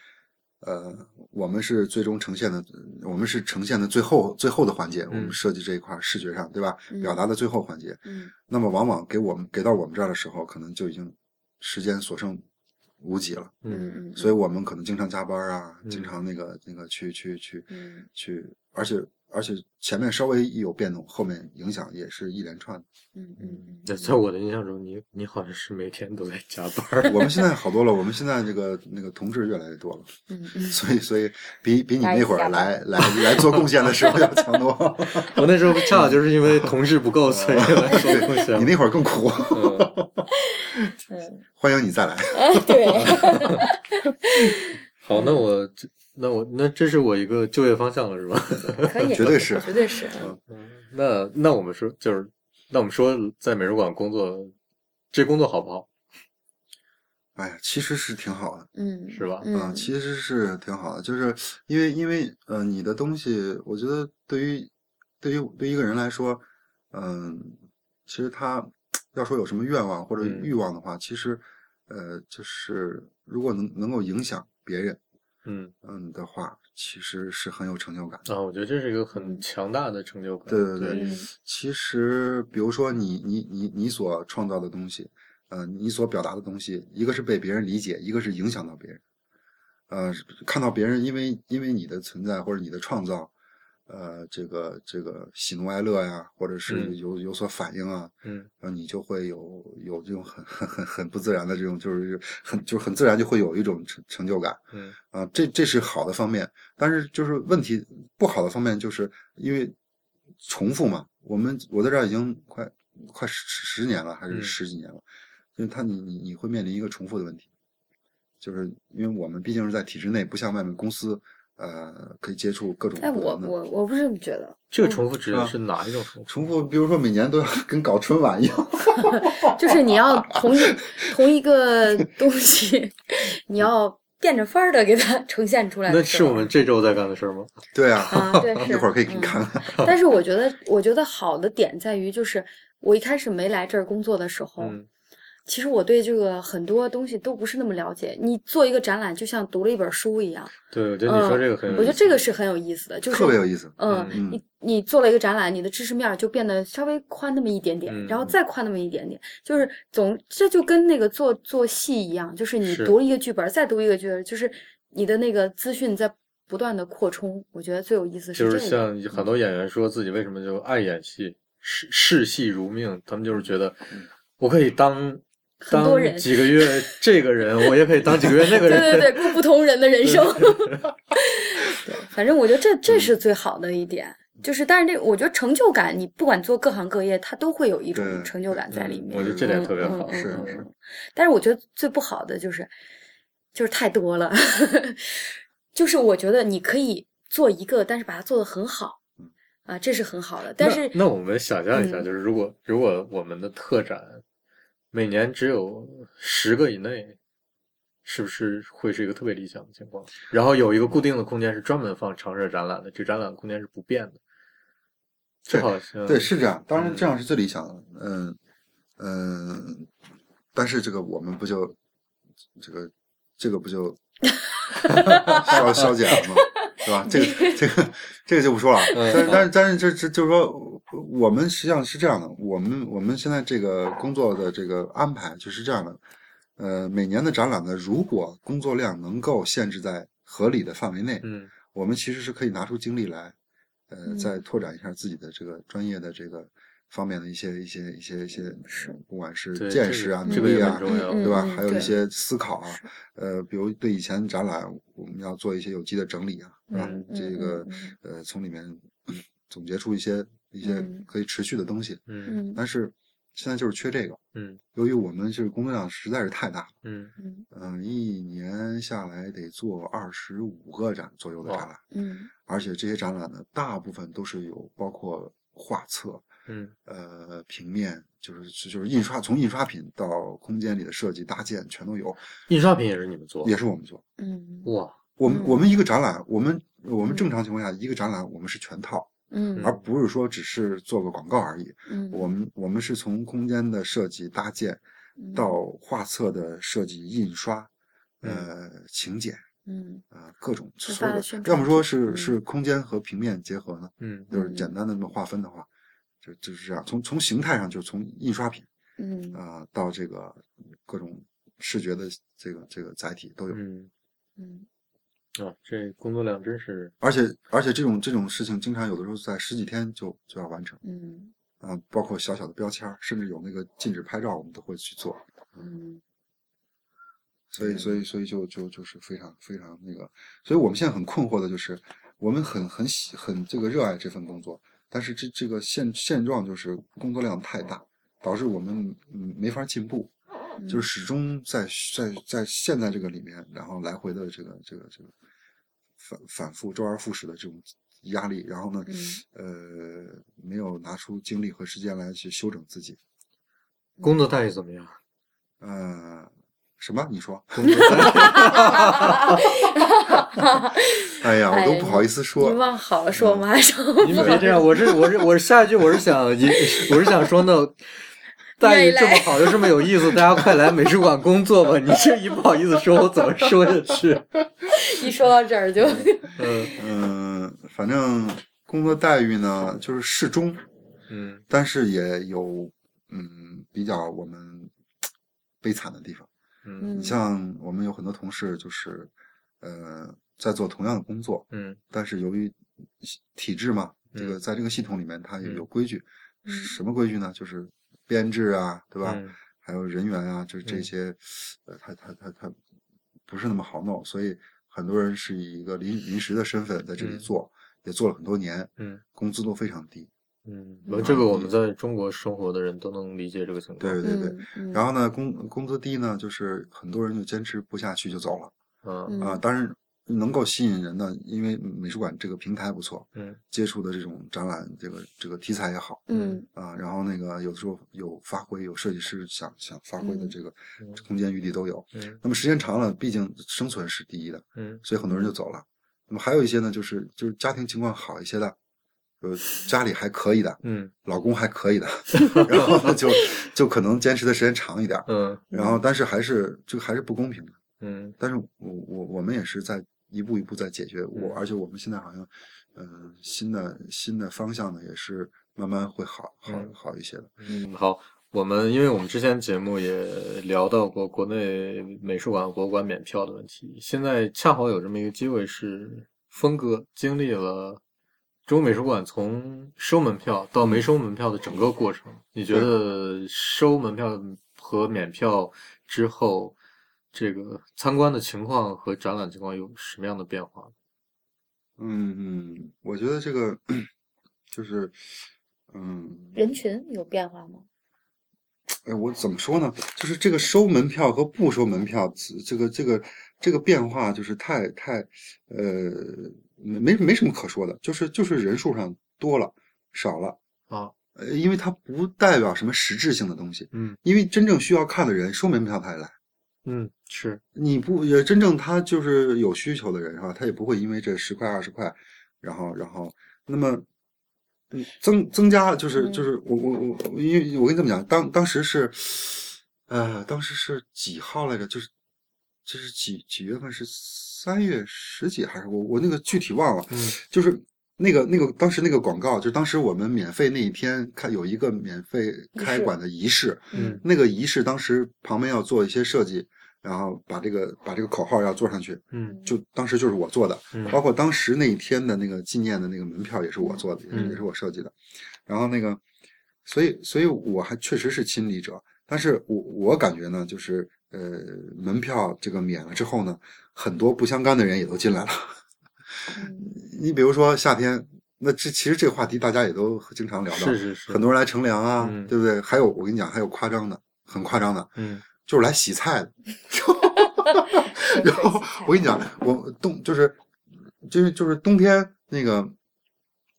呃，我们是最终呈现的，我们是呈现的最后最后的环节，我们设计这一块视觉上，对吧？嗯表达的最后环节，嗯那么往往给我们给到我们这儿的时候，可能就已经时间所剩无几了，嗯嗯，所以我们可能经常加班啊，嗯经常那个那个去去去嗯去，而且而且前面稍微一有变动，后面影响也是一连串的。嗯嗯在在我的印象中，你你好像是每天都在加班儿。我们现在好多了，我们现在这个那个同志越来越多了， 嗯嗯，所以所以比比你大家一那起会儿加班来来来做贡献的时候要强 多。我那时候恰好就是因为同事不够，所以来做贡 啊献。你那会儿更苦，嗯，欢迎你再来。对，好，那我这那我那这是我一个就业方向了，是吧？可以，绝对是 绝对是，那那我们说就是，那我们说在美术馆工作，这工作好不好？哎呀，其实是挺好的，嗯，是吧嗯啊，其实是挺好的，就是因为因为呃，你的东西，我觉得对于对于对于一个人来说，嗯、其实他要说有什么愿望或者嗯欲望的话，其实呃，就是如果能能够影响别人，嗯，嗯的话，其实是很有成就感的。啊，我觉得这是一个很强大的成就感。对对对于嗯其实，比如说你你你你所创造的东西，呃，你所表达的东西，一个是被别人理解，一个是影响到别人，呃，看到别人因为因为你的存在或者你的创造，呃，这个这个喜怒哀乐呀，或者是嗯有有所反应啊，嗯然后你就会有有这种很很很很不自然的这种，就是很就是很自然就会有一种成成就感。嗯啊，这这是好的方面，但是就是问题不好的方面，就是因为重复嘛。我们我在这儿已经快快十十年了，还是嗯十几年了，就是他你你你会面临一个重复的问题，就是因为我们毕竟是在体制内，不像外面公司，呃，可以接触各种哎，不我同的。我我不是这么觉 得，这个重复指的是哪一种重复？重复，比如说每年都要 跟搞春晚一 样，就是你要同一同一个东西， 你要变着法儿的给它呈现出来的那时是候我们这周在干的事儿吗？对啊，啊，对， 一是会儿可以给你看嗯看。但是我觉得，我觉得好的点在于，就是我一开始没来这儿工作的时候，嗯其实我对这个很多东西都不是那么了解。你做一个展览，就像读了一本书一样，嗯对，我觉得你说这个很有意思，我觉得这个是很有意思的，就是特别有意思。嗯，嗯你你做了一个展览，你的知识面儿就变得稍微宽那么一点点，嗯然后嗯再宽那么一点点，就是总这就跟那个做做戏一样，就是你是读了一个剧本儿，再读一个剧本儿，就是你的那个资讯在不断的扩充。我觉得最有意思就是是这像个，很多演员说自己为什么就爱演戏，视视戏如命，他们就是觉得我可以当很多当人几个月这个人，我也可以当几个月那个人。对对对，过不同人的 人生。 对，反正我觉得这嗯这是最好的一点。就是，但是这我觉得成就感，你不管做各行各业，它都会有一种对成就感在里嗯面。我觉得这点特别好。嗯嗯嗯是嗯是但是我觉得最不好的就是，就是太多了， 就是我觉得你可以做一个，但是把它做得很好，啊，这是很好的。但是，嗯那那我们想象一下，嗯就是如果如果我们的特展每年只有十个以内，是不是会是一个特别理想的情况？然后有一个固定的空间是专门放常设展览的，这展览空间是不变的。这好像对，是这样。当然，这嗯样是最理想的。嗯嗯，但是这个我们不就这个这个不就消消减了吗？对吧？这 个这个这个就不说了。但是但是但是这这就是说，我们实际上是这样的。我们我们现在这个工作的这个安排就是这样的。呃，每年的展览呢，如果工作量能够限制在合理的范围内，嗯我们其实是可以拿出精力来，呃，嗯再拓展一下自己的这个专业的这个方面的一些一些一些一些，是不管是对见这识个啊、这能个也力很啊，重要对吧嗯？嗯还有对一些思考啊，呃，比如对以前展览，我们要做一些有机的整理啊，是吧嗯？这嗯个嗯呃，从里面总结出一些一些嗯可以持续的东西，嗯嗯但是现在就是缺这个。嗯由于我们就是工作量实在是太大了，嗯，嗯嗯、一年下来得做二十五个展左右的哇展览，嗯而且这些展览呢，大部分都是有包括画册、嗯呃平面，就是就是印刷，从印刷品到空间里的设计搭建全都有，印刷品也是你们做，也是我们做。嗯哇，我们嗯我们一个展览，我们我们嗯正常情况下一个展览我们是全套，嗯而不是说只是做个广告而已。嗯，我们我们是从空间的设计搭建嗯到画册的设计、印刷，嗯呃，请柬，嗯呃各种就所有发了的宣，要么传说品是嗯是空间和平面结合呢，嗯就是嗯简单的那么划分的话，就就是这样。从从形态上，就是从印刷品嗯啊、呃到这个各种视觉的这个这个载体都有。嗯嗯啊，这工作量真是而且而且这种这种事情，经常有的时候在十几天就就要完成嗯啊、呃包括小小的标签儿，甚至有那个禁止拍照，我们都会去做。 嗯所以，所以，所以就就就是非常非常那个，所以我们现在很困惑的就是，我们很很喜很这个热爱这份工作，但是这这个现现状就是工作量太大，导致我们嗯没法进步，嗯，就是始终在在在陷在这个里面，然后来回的这个这个这个反反复周而复始的这种压力，然后呢，嗯呃，没有拿出精力和时间来去修整自己，工作待遇怎么样？呃，什么？你说？ 工作待哎呀，我哎都呀不好意思说。你往好了说，马上遇您嗯别这样，我是我是我是下一句我是想引我是想说呢。待遇这么好又这么有意思，大家快来美术馆工作吧！你这一不好意思说，我怎么说下去？ 一说到这儿就嗯嗯，反正工作待遇呢，就是适中，嗯但是也有嗯比较我们悲惨的地方。嗯你像我们有很多同事，就是呃在做同样的工作，嗯但是由于体制嘛，这个嗯在这个系统里面它也嗯有规矩，嗯什么规矩呢？就是编制啊，对吧？嗯还有人员啊，就是这嗯些，呃，他他他他不是那么好弄，所以很多人是以一个临临时的身份在这里嗯做，也做了很多年，嗯工资都非常低，嗯，这个我们在中国生活的人都能理解这个情况。对对对。嗯然后呢，工工资低呢，就是很多人就坚持不下去就走了嗯啊。当然能够吸引人呢，因为美术馆这个平台不错，嗯接触的这种展览，这个这个题材也好，嗯啊，然后那个有的时候有发挥，有设计师想想发挥的嗯这个嗯空间余地都有。嗯那么时间长了，毕竟生存是第一的，嗯所以很多人就走了。那么还有一些呢，就是就是家庭情况好一些的，呃，家里还可以的，嗯老公还可以的， 然后呢就就可能坚持的时间长一点儿，嗯然后但是还是这个还是不公平的。嗯但是我我我们也是在一步一步在解决我，嗯而且我们现在好像，嗯、新的新的方向呢也是慢慢会好好嗯好一些的。嗯，好。我们因为我们之前节目也聊到过国内美术馆、博物馆免票的问题，现在恰好有这么一个机会，是峰哥经历了中国美术馆从收门票到没收门票的整个过程。你觉得收门票和免票之后，这个参观的情况和展览情况有什么样的变化？嗯嗯，我觉得这个 就是，嗯，人群有变化吗？哎，我怎么说呢？就是这个收门票和不收门票，这个这个这个变化就是太太，呃，没没没什么可说的，就是就是人数上多了少了，啊，呃，因为它不代表什么实质性的东西，嗯因为真正需要看的人收门票他也来，嗯，是，你不也真正他就是有需求的人哈，他也不会因为这十块二十块，然后然后那么。嗯，增增加就是嗯就是我我我，我因为我跟你这么讲，当当时是，呃，当时是几号来着？就是这是几几月份？是三月十几还是我我那个具体忘了。嗯就是那个那个当时那个广告，就当时我们免费那一天开有一个免费开式馆的仪式，嗯那个仪式当时旁边要做一些设计，然后把这个把这个口号要做上去，嗯就当时就是我做的，嗯包括当时那一天的那个纪念的那个门票也是我做的，也是嗯也是我设计的。然后那个，所以所以我还确实是亲历者，但是我我感觉呢，就是呃，门票这个免了之后呢，很多不相干的人也都进来了。嗯 你比如说夏天，那这其实这个话题大家也都经常聊到，是是是，很多人来乘凉啊，嗯对不对？还有我跟你讲，还有夸张的，很夸张的，嗯就是来洗菜的。然后我跟你讲，我冬就是就是就是冬天那个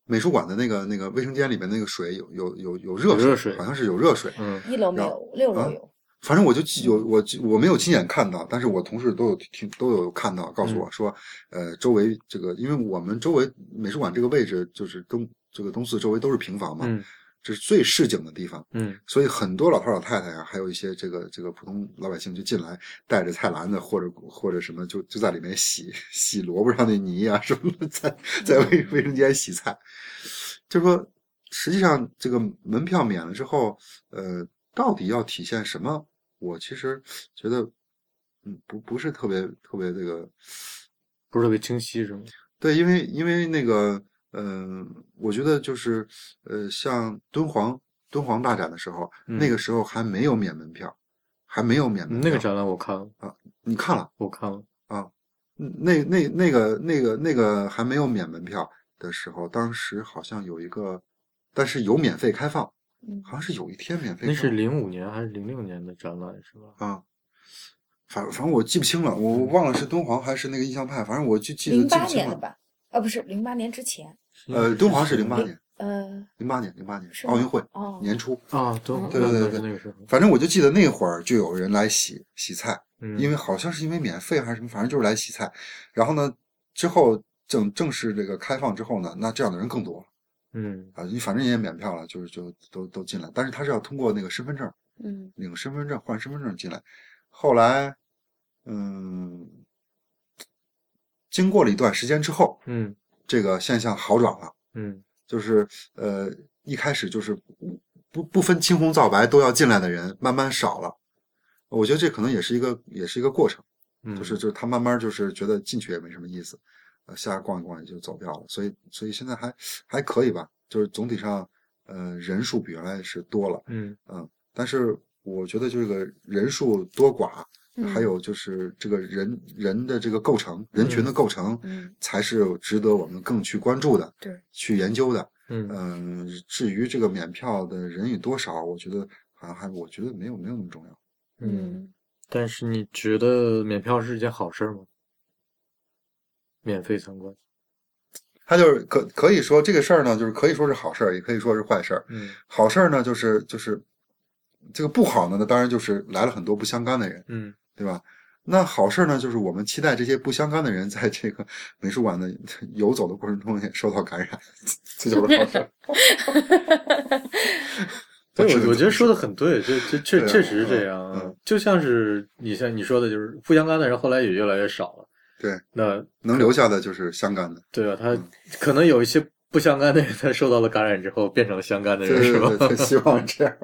美术馆的那个那个卫生间里面那个水有有有有热有热水好像是有热水。嗯一楼没然有，六楼啊有。反正我就记有我记我没有亲眼看到，但是我同事都有听都有看到，告诉嗯我说，呃，周围这个，因为我们周围美术馆这个位置就是东这个东四周围都是平房嘛，嗯这是最市井的地方，嗯，所以很多老头老太太啊，还有一些这个这个普通老百姓就进来，带着菜篮子或者或者什么，就就在里面洗洗萝卜上的泥啊什么的，在在卫卫生间洗菜。就说实际上这个门票免了之后，呃，到底要体现什么？我其实觉得，嗯，不不是特别特别这个，不是特别清晰是吗？对，因为因为那个，嗯、我觉得就是，呃，像敦煌敦煌大展的时候，那嗯个时候还没有免门票，还没有免门嗯票。那个展览我看了，你看了，我看了，嗯那那那个那个那个还没有免门票的时候，当时好像有一个，但是有免费开放，嗯好像是有一天免费那开是放零五年还是零六年的展览是吧？啊。反反正我记不清了，我我忘了是敦煌还是那个印象派，反正我就记得零记八不清年的了。吧？啊，不是零八年之前，呃，敦煌是零八年，呃，零八年，零八年是奥运吗会哦，年初，啊，都对对对对那个时候，反正我就记得那会儿就有人来洗洗菜，嗯，因为好像是因为免费还是什么，反正就是来洗菜。然后呢，之后正正式这个开放之后呢，那这样的人更多了嗯啊，你反正也免票了，就是就都都进来，但是他是要通过那个身份证，嗯，领身份证换身份证进来。后来，嗯，经过了一段时间之后，嗯这个现象好转了。嗯就是呃一开始就是不不不分青红皂白都要进来的人慢慢少了，我觉得这可能也是一个也是一个过程，嗯，就是就是他慢慢就是觉得进去也没什么意思，呃下来逛一逛也就走掉了，所以所以现在还还可以吧，就是总体上呃人数比原来是多了，嗯但是我觉得这个人数多寡。还嗯有就是这个人人的这个构成，人群的构成，嗯才是值得我们更去关注的，对，去研究的。嗯嗯，至于这个免票的人有多少，我觉得好像还我觉得没有没有那么重要。嗯，嗯，但是你觉得免票是一件好事儿吗？免费参观，他就是可可以说这个事儿呢，就是可以说是好事儿，也可以说是坏事儿。嗯好事儿呢，就是就是这个不好呢，那当然就是来了很多不相干的人，嗯对吧？那好事儿呢，就是我们期待这些不相干的人在这个美术馆的 游走的过程中也受到感染，这就是好事 儿。对，是我的我觉得说的很对，这这确对啊确实是嗯这样，啊嗯就像是你像你说的，就是不相干的人后来也越来越少了。对，那能留下的就是相干的，对啊，他可能有一些不相干的人，他受到了感染之后变成了相干的人，对对是吧？对对，希望是这样。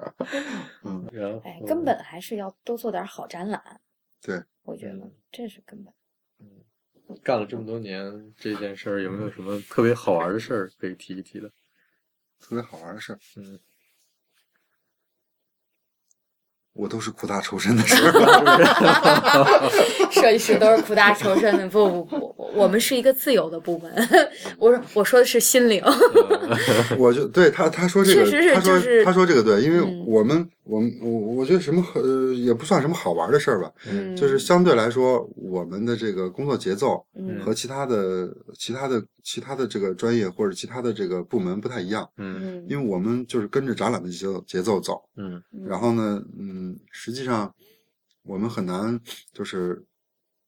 然后哎，根本还是要多做点好展览。嗯对，我觉得嗯这 是根本。干了这么多年这件事儿，有没有什么特别好玩的事儿可以提一提的？特别好玩的事儿，嗯，我都是苦大仇深的事儿。设计师都是苦大仇深的，不不不，不我们是一个自由的部门。嗯我说我说的是心灵，我就对他他说这个，确实是他说、就是他说这个对，因为嗯我们、我们我我觉得什么呃也不算什么好玩的事儿吧，嗯就是相对来说我们的这个工作节奏嗯和其他的其他的其他的这个专业或者其他的这个部门不太一样，嗯嗯因为我们就是跟着展览的节奏节奏走，嗯然后呢，嗯，实际上我们很难就是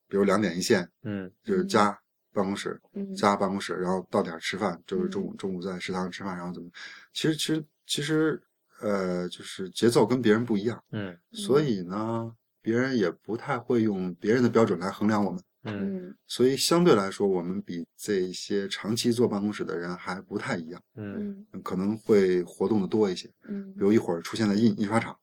比如两点一线，嗯就是加办公室，嗯加办公室，然后到点儿吃饭，就是中午嗯中午在食堂吃饭，然后怎么？其实其实其实呃，就是节奏跟别人不一样，嗯所嗯以呢，别人也不太会用别人的标准来衡量我们，嗯嗯所以相对来说，我们比这一些长期坐办公室的人还不太一样，嗯嗯可能会活动的多一些，嗯比如一会儿出现在印印刷厂，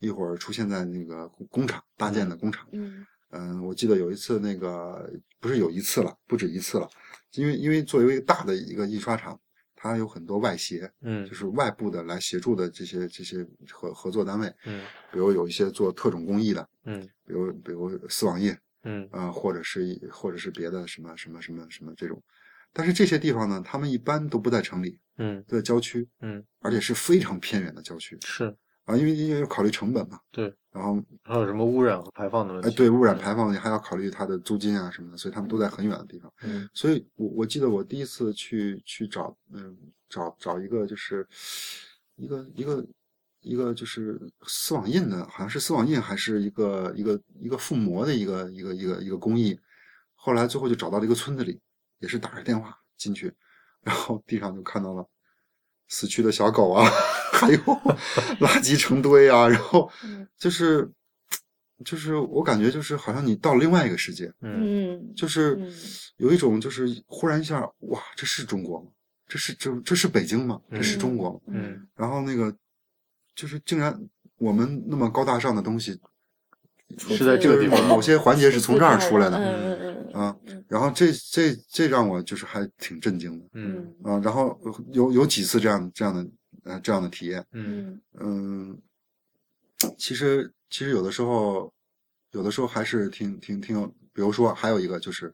一会儿出现在那个工工厂搭建的工厂。嗯嗯，我记得有一次那个不是有一次了，不止一次了，因为因为作为一个大的一个印刷厂，它有很多外协，嗯就是外部的来协助的这些这些合合作单位，嗯比如有一些做特种工艺的，嗯比如比如丝网印嗯啊、呃或者是一或者是别的什么什么什么什么这种，但是这些地方呢，他们一般都不在城里，嗯都在郊区，嗯，而且是非常偏远的郊区是。啊，因为因为要考虑成本嘛，对，然后还有什么污染和排放的问哎，题？嗯对污染排放问题，还要考虑它的租金啊什么的，所以他们都在很远的地方。嗯所以我我记得我第一次去去找，嗯，找找一个就是一个一个一个就是丝网印的，好像是丝网印还是一个一个一个覆膜的一个一个一个一个工艺。后来最后就找到了一个村子里，也是打着电话进去，然后地上就看到了死去的小狗啊， 哎呦，垃圾成堆啊，然后嗯就是就是我感觉就是好像你到了另外一个世界，嗯嗯，就是嗯有一种就是忽然一下，哇，这是中国吗？这是这这是北京吗？这是中国吗？嗯然后那个就是竟然我们那么高大上的东西，出是在自这个地某方某些环节是从这儿出来的嗯嗯嗯啊嗯，然后这这这让我就是还挺震惊的嗯啊。然后有有几次这样这样的呃这样的体验，嗯嗯嗯，其实其实有的时候有的时候还是挺挺挺有，比如说还有一个就是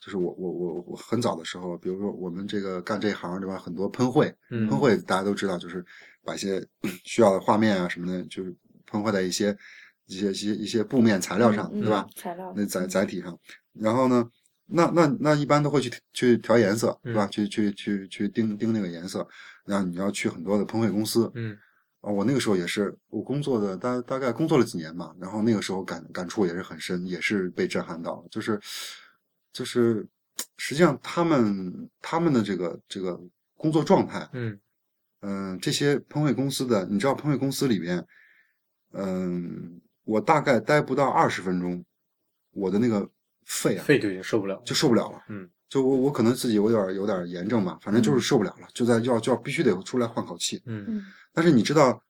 就是我我我我很早的时候，比如说我们这个干这行对吧，很多喷绘，嗯喷绘大家都知道，就是把一些 需要的画面啊什么的，就是喷绘在一些一些一些一些布面材料上，嗯对吧？？材料那载载体上，然后呢，那那那一般都会去去调颜色，对吧？嗯去去去去盯盯那个颜色，然后你要去很多的喷绘公司，嗯啊，我那个时候也是，我工作的大大概工作了几年吧，然后那个时候感感触也是很深，也是被震撼到了，就是就是，实际上他们他们的这个这个工作状态，嗯嗯、这些喷绘公司的，你知道喷绘公司里边，嗯、我大概待不到二十分钟，我的那个肺啊肺就已经受不了，就受不了了，嗯，就我我可能自己有点儿有点儿炎症吧，反正就是受不了了，就在要就要必须得出来换口气，嗯嗯但是你知道，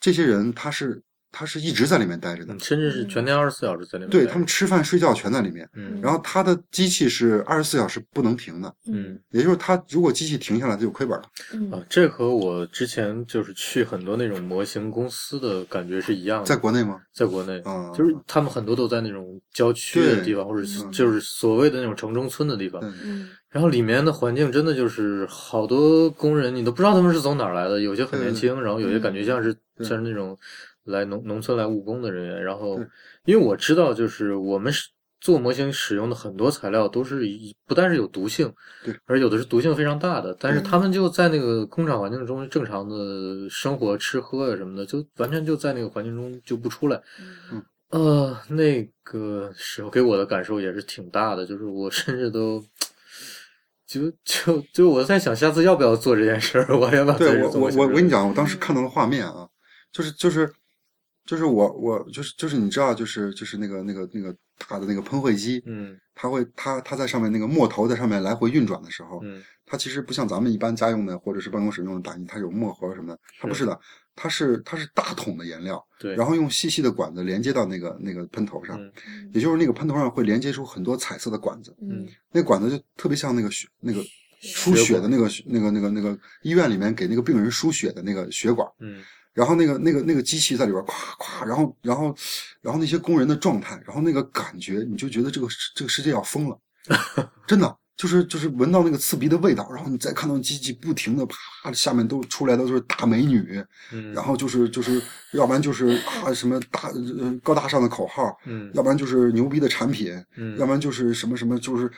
这些人他是他是一直在里面待着的嗯，，甚至是全天二十四小时在那边对待他们吃饭睡觉全在里面。嗯然后他的机器是二十四小时不能停的，嗯。也就是他如果机器停下来，他就亏本了。啊嗯，这和我之前就是去很多那种模型公司的感觉是一样的，在国内吗？在国内，啊就是他们很多都在那种郊区的对地方，或者是嗯就是所谓的那种城中村的地方对，嗯然后里面的环境真的就是好多工人，你都不知道他们是从哪儿来的，有些很对嗯年轻，然后有些感觉像是对像是那种来农农村来务工的人员。然后对，因为我知道，就是我们是做模型使用的很多材料都是以不但是有毒性，对，而有的是毒性非常大的。但是对他们就在那个工厂环境中正常的生活、吃喝啊呀什么的，就完全就在那个环境中就不出来。嗯呃，那个时候给我的感受也是挺大的，就是我甚至都，就就就我在想，下次要不要做这件事儿？我也把对这我做我成我这我跟你样，讲，我当时看到的画面啊，就是就是就是我我就是就是你知道，就是就是那个那个那个大的那个喷绘机，嗯它会它它在上面那个墨头在上面来回运转的时候，嗯它其实不像咱们一般家用的或者是办公室用的打印，它有墨盒什么的，它不是的，它是它是大桶的颜料，对，然后用细细的管子连接到那个那个喷头上，嗯也就是那个喷头上会连接出很多彩色的管子，嗯那管子就特别像那个血那个输血血的管那个那个那个那个医院里面给那个病人输血的那个血管，嗯然后那个那个那个机器在里边咵咵，然后然后然后那些工人的状态，然后那个感觉，你就觉得这个世这个世界 要疯了，真的就是就是闻到那个刺鼻的味道，然后你再看到机器不停的啪，下面都出来的都是大美女，嗯，然后就是就是要不然就是啊什么大呃高大上的口号，嗯要不然就是牛逼的产品，嗯要不然就是什么什么，就是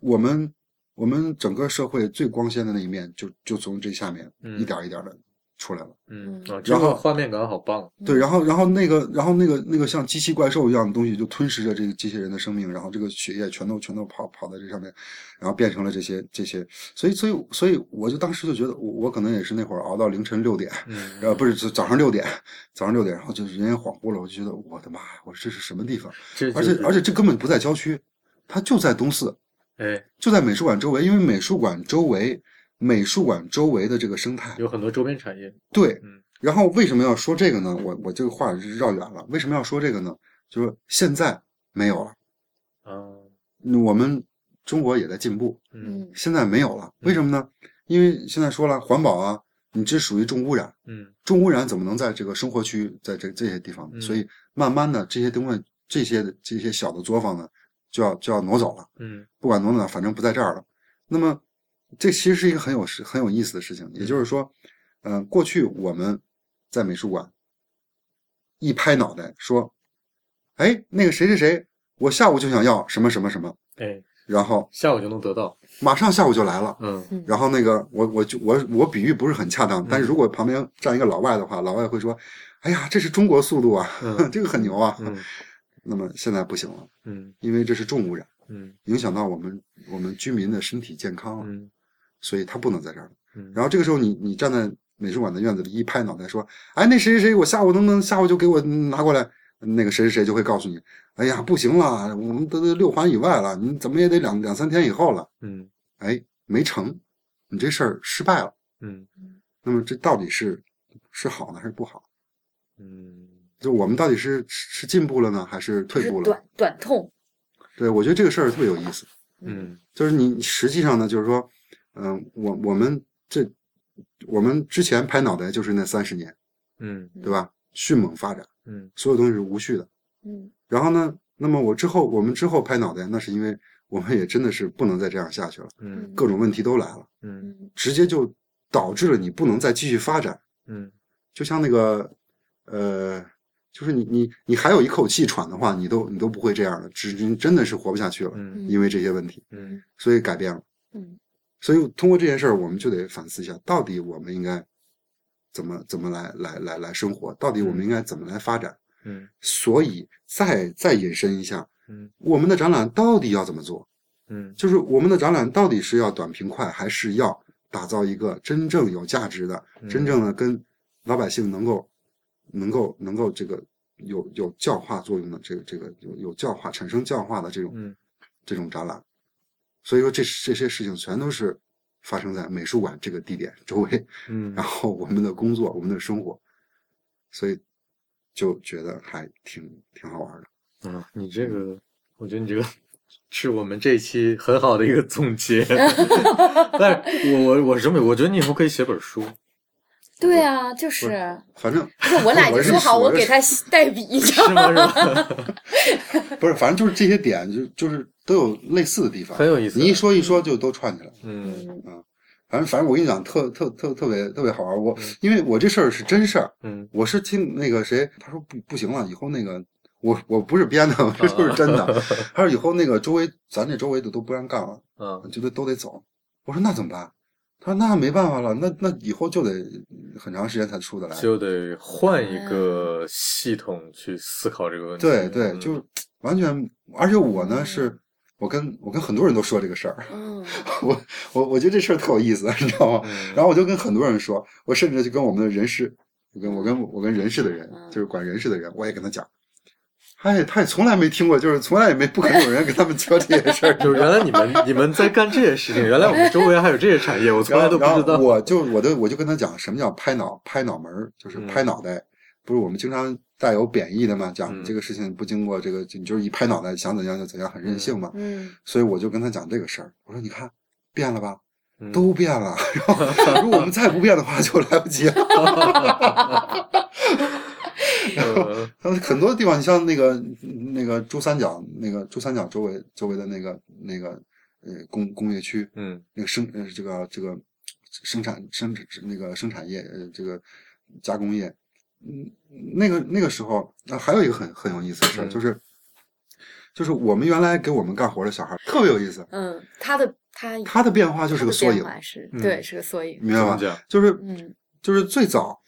我们我们整个社会最光鲜的那一面就，就从这下面嗯一点儿一点儿的出来了。嗯嗯啊，这然后个画面感好棒，对，然后然后那个然后那个那个像机器怪兽一样的东西就吞噬着这个机器人的生命，然后这个血液全都全都跑跑在这上面，然后变成了这些这些，所以所以所以我就当时就觉得我我可能也是那会儿熬到凌晨六点，嗯呃不是早上六点，早上六点，然后就是人也恍惚了，我就觉得我的妈呀，我这是什么地方？这而就且是而且这根本不在郊区，它就在东四，哎，就在美术馆周围，因为美术馆周围，美术馆周围的这个生态，有很多周边产业，对嗯。然后为什么要说这个呢？我我这个话是绕远了。为什么要说这个呢？就是现在没有了，啊，嗯我们中国也在进步，嗯现在没有了，为什么呢？因为现在说了环保啊，你这属于重污染，嗯重污染怎么能在这个生活区，在这这些地方呢？嗯所以慢慢的这些东西，这些这些小的作坊呢，就要就要挪走了。嗯不管挪哪，反正不在这儿了。那么，这其实是一个很有事、很有意思的事情。也就是说，嗯、过去我们在美术馆一拍脑袋说：“哎，那个谁谁谁，我下午就想要什么什么什么。哎，”然后下午就能得到，马上下午就来了。嗯然后那个我我就我我比喻不是很恰当，但是如果旁边站一个老外的话，老外会说：“哎呀，这是中国速度啊，嗯这个很牛啊。嗯那么现在不行了，嗯因为这是重污染，嗯影响到我们我们居民的身体健康了。啊嗯所以它不能在这儿了。嗯，然后这个时候你你站在美术馆的院子里一拍脑袋说：“哎，那谁谁谁，我下午能不能下午就给我拿过来？”那个谁谁谁就会告诉你：“哎呀，不行了，我们都都六环以外了，你怎么也得两两三天以后了。嗯”哎，没成，你这事儿失败了。嗯那么这到底是是好呢还是不好？嗯就我们到底是是进步了呢，还是退是步了？短短痛，对，我觉得这个事儿特别有意思。嗯就是你实际上呢，就是说，嗯、我我们这我们之前拍脑袋就是那三十年，嗯对吧？迅猛发展，嗯所有东西是无序的。嗯然后呢，那么我之后我们之后拍脑袋，那是因为我们也真的是不能再这样下去了，嗯各种问题都来了，嗯嗯直接就导致了你不能再继续发展。嗯就像那个，呃，就是你你你还有一口气喘的话，你都你都不会这样了，只你真的是活不下去了，嗯因为这些问题，嗯所以改变了。嗯所以通过这件事儿，我们就得反思一下，到底我们应该怎么怎么来来来来生活，到底我们应该怎么来发展。嗯所以再再引申一下，嗯我们的展览到底要怎么做？嗯就是我们的展览到底是要短平快，还是要打造一个真正有价值的、嗯真正的跟老百姓能够能够能够这个有有教化作用的这个这个有有教化产生教化的这种嗯这种展览。所以说这这些事情全都是发生在美术馆这个地点周围，嗯然后我们的工作、我们的生活，所以就觉得还挺挺好玩的。啊，你这个，我觉得你这个是我们这一期很好的一个总 结。但是我我我是这么，我觉得你以后可以写本书。对啊，就是，反正不是我俩已经说好，我我是给他代笔，你知道是吗？吗？是吗？不是，反正就是这些点，就就是都有类似的地 方，很有意思你一说一说就都串起来了。嗯嗯反正反正我跟你讲，特特特特别特别好玩。我因为我这事儿是真事儿，嗯我是听那个谁他说不不行了，以后那个我我不是编的，我这就是真 的。他说以后那个周围咱这周围的都不让干了。啊就得都得走。我说那怎么办？他说那没办法了，那那以后就得很长时间才出得来。就得换一个系统去思考这个问题。对对，嗯就完全，而且我呢嗯是，我跟我跟很多人都说这个事儿，嗯我我我觉得这事儿特有意思，你知道吗？嗯然后我就跟很多人说，我甚至就跟我们的人事，我跟我跟我跟人事的人，嗯就是管人事的人，我也跟他讲。他也他也从来没听过，就是从来也没不可能有人跟他们说这些事儿，就是原来你 们你们在干这些事情，原来我们周围还有这些产业，我从然来后，都不然知后道。我就我就我就跟他讲什么叫拍脑拍脑门儿，就是拍脑袋，不是我们经常带有贬义的嘛，讲嗯这个事情不经过这个，你就是一拍脑袋想怎样就怎样，很任性嘛。嗯所以我就跟他讲这个事儿，我说你看变了吧，嗯都变了， 然后如果我们再不变的话就来不及了。 嗯然后很多地方，你像那个那个珠三角，那个珠三角周围周围的那个那个呃工工业区，嗯那个生呃这个这个生产生产那个生产业呃这个加工业，嗯，那个那个时候，啊、还有一个很很有意思的事儿，嗯就是就是我们原来给我们干活的小孩儿特别有意思，嗯，他的他他的变化他就是的个缩变影，化是嗯对，是个缩影。明白吧怎么讲？就是嗯就是最早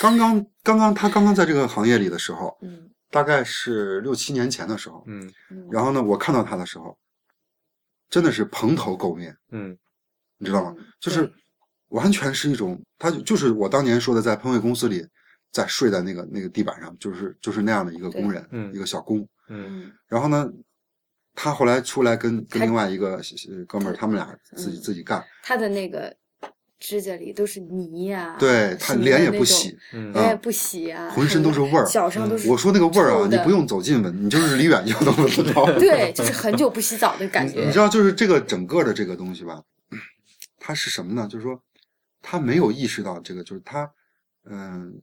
刚刚刚刚他刚刚在这个行业里的时候，嗯大概是六七年前的时候，嗯嗯，然后呢，我看到他的时候，真的是蓬头垢面，嗯你知道吗？嗯就是对完全是一种，他就就是我当年说的，在喷绘公司里，在睡在那个那个地板上，就是就是那样的一个工人，嗯一个小工。嗯嗯然后呢，他后来出来跟跟还另外一个呃哥们儿，他们俩自己嗯自己干，他的那个指甲里都是泥呀，对他什么的脸也那不种洗，嗯脸也啊不洗啊，浑身都是味儿脚上都嗯是。我说那个味儿啊，臭你的不用走近闻，你就是离远就能闻到。 对，就是很久不洗澡的感你觉你知。道，就是这个整个的这个东西吧， 它是什么呢？就是说，他没有意识到这个，就是他，嗯、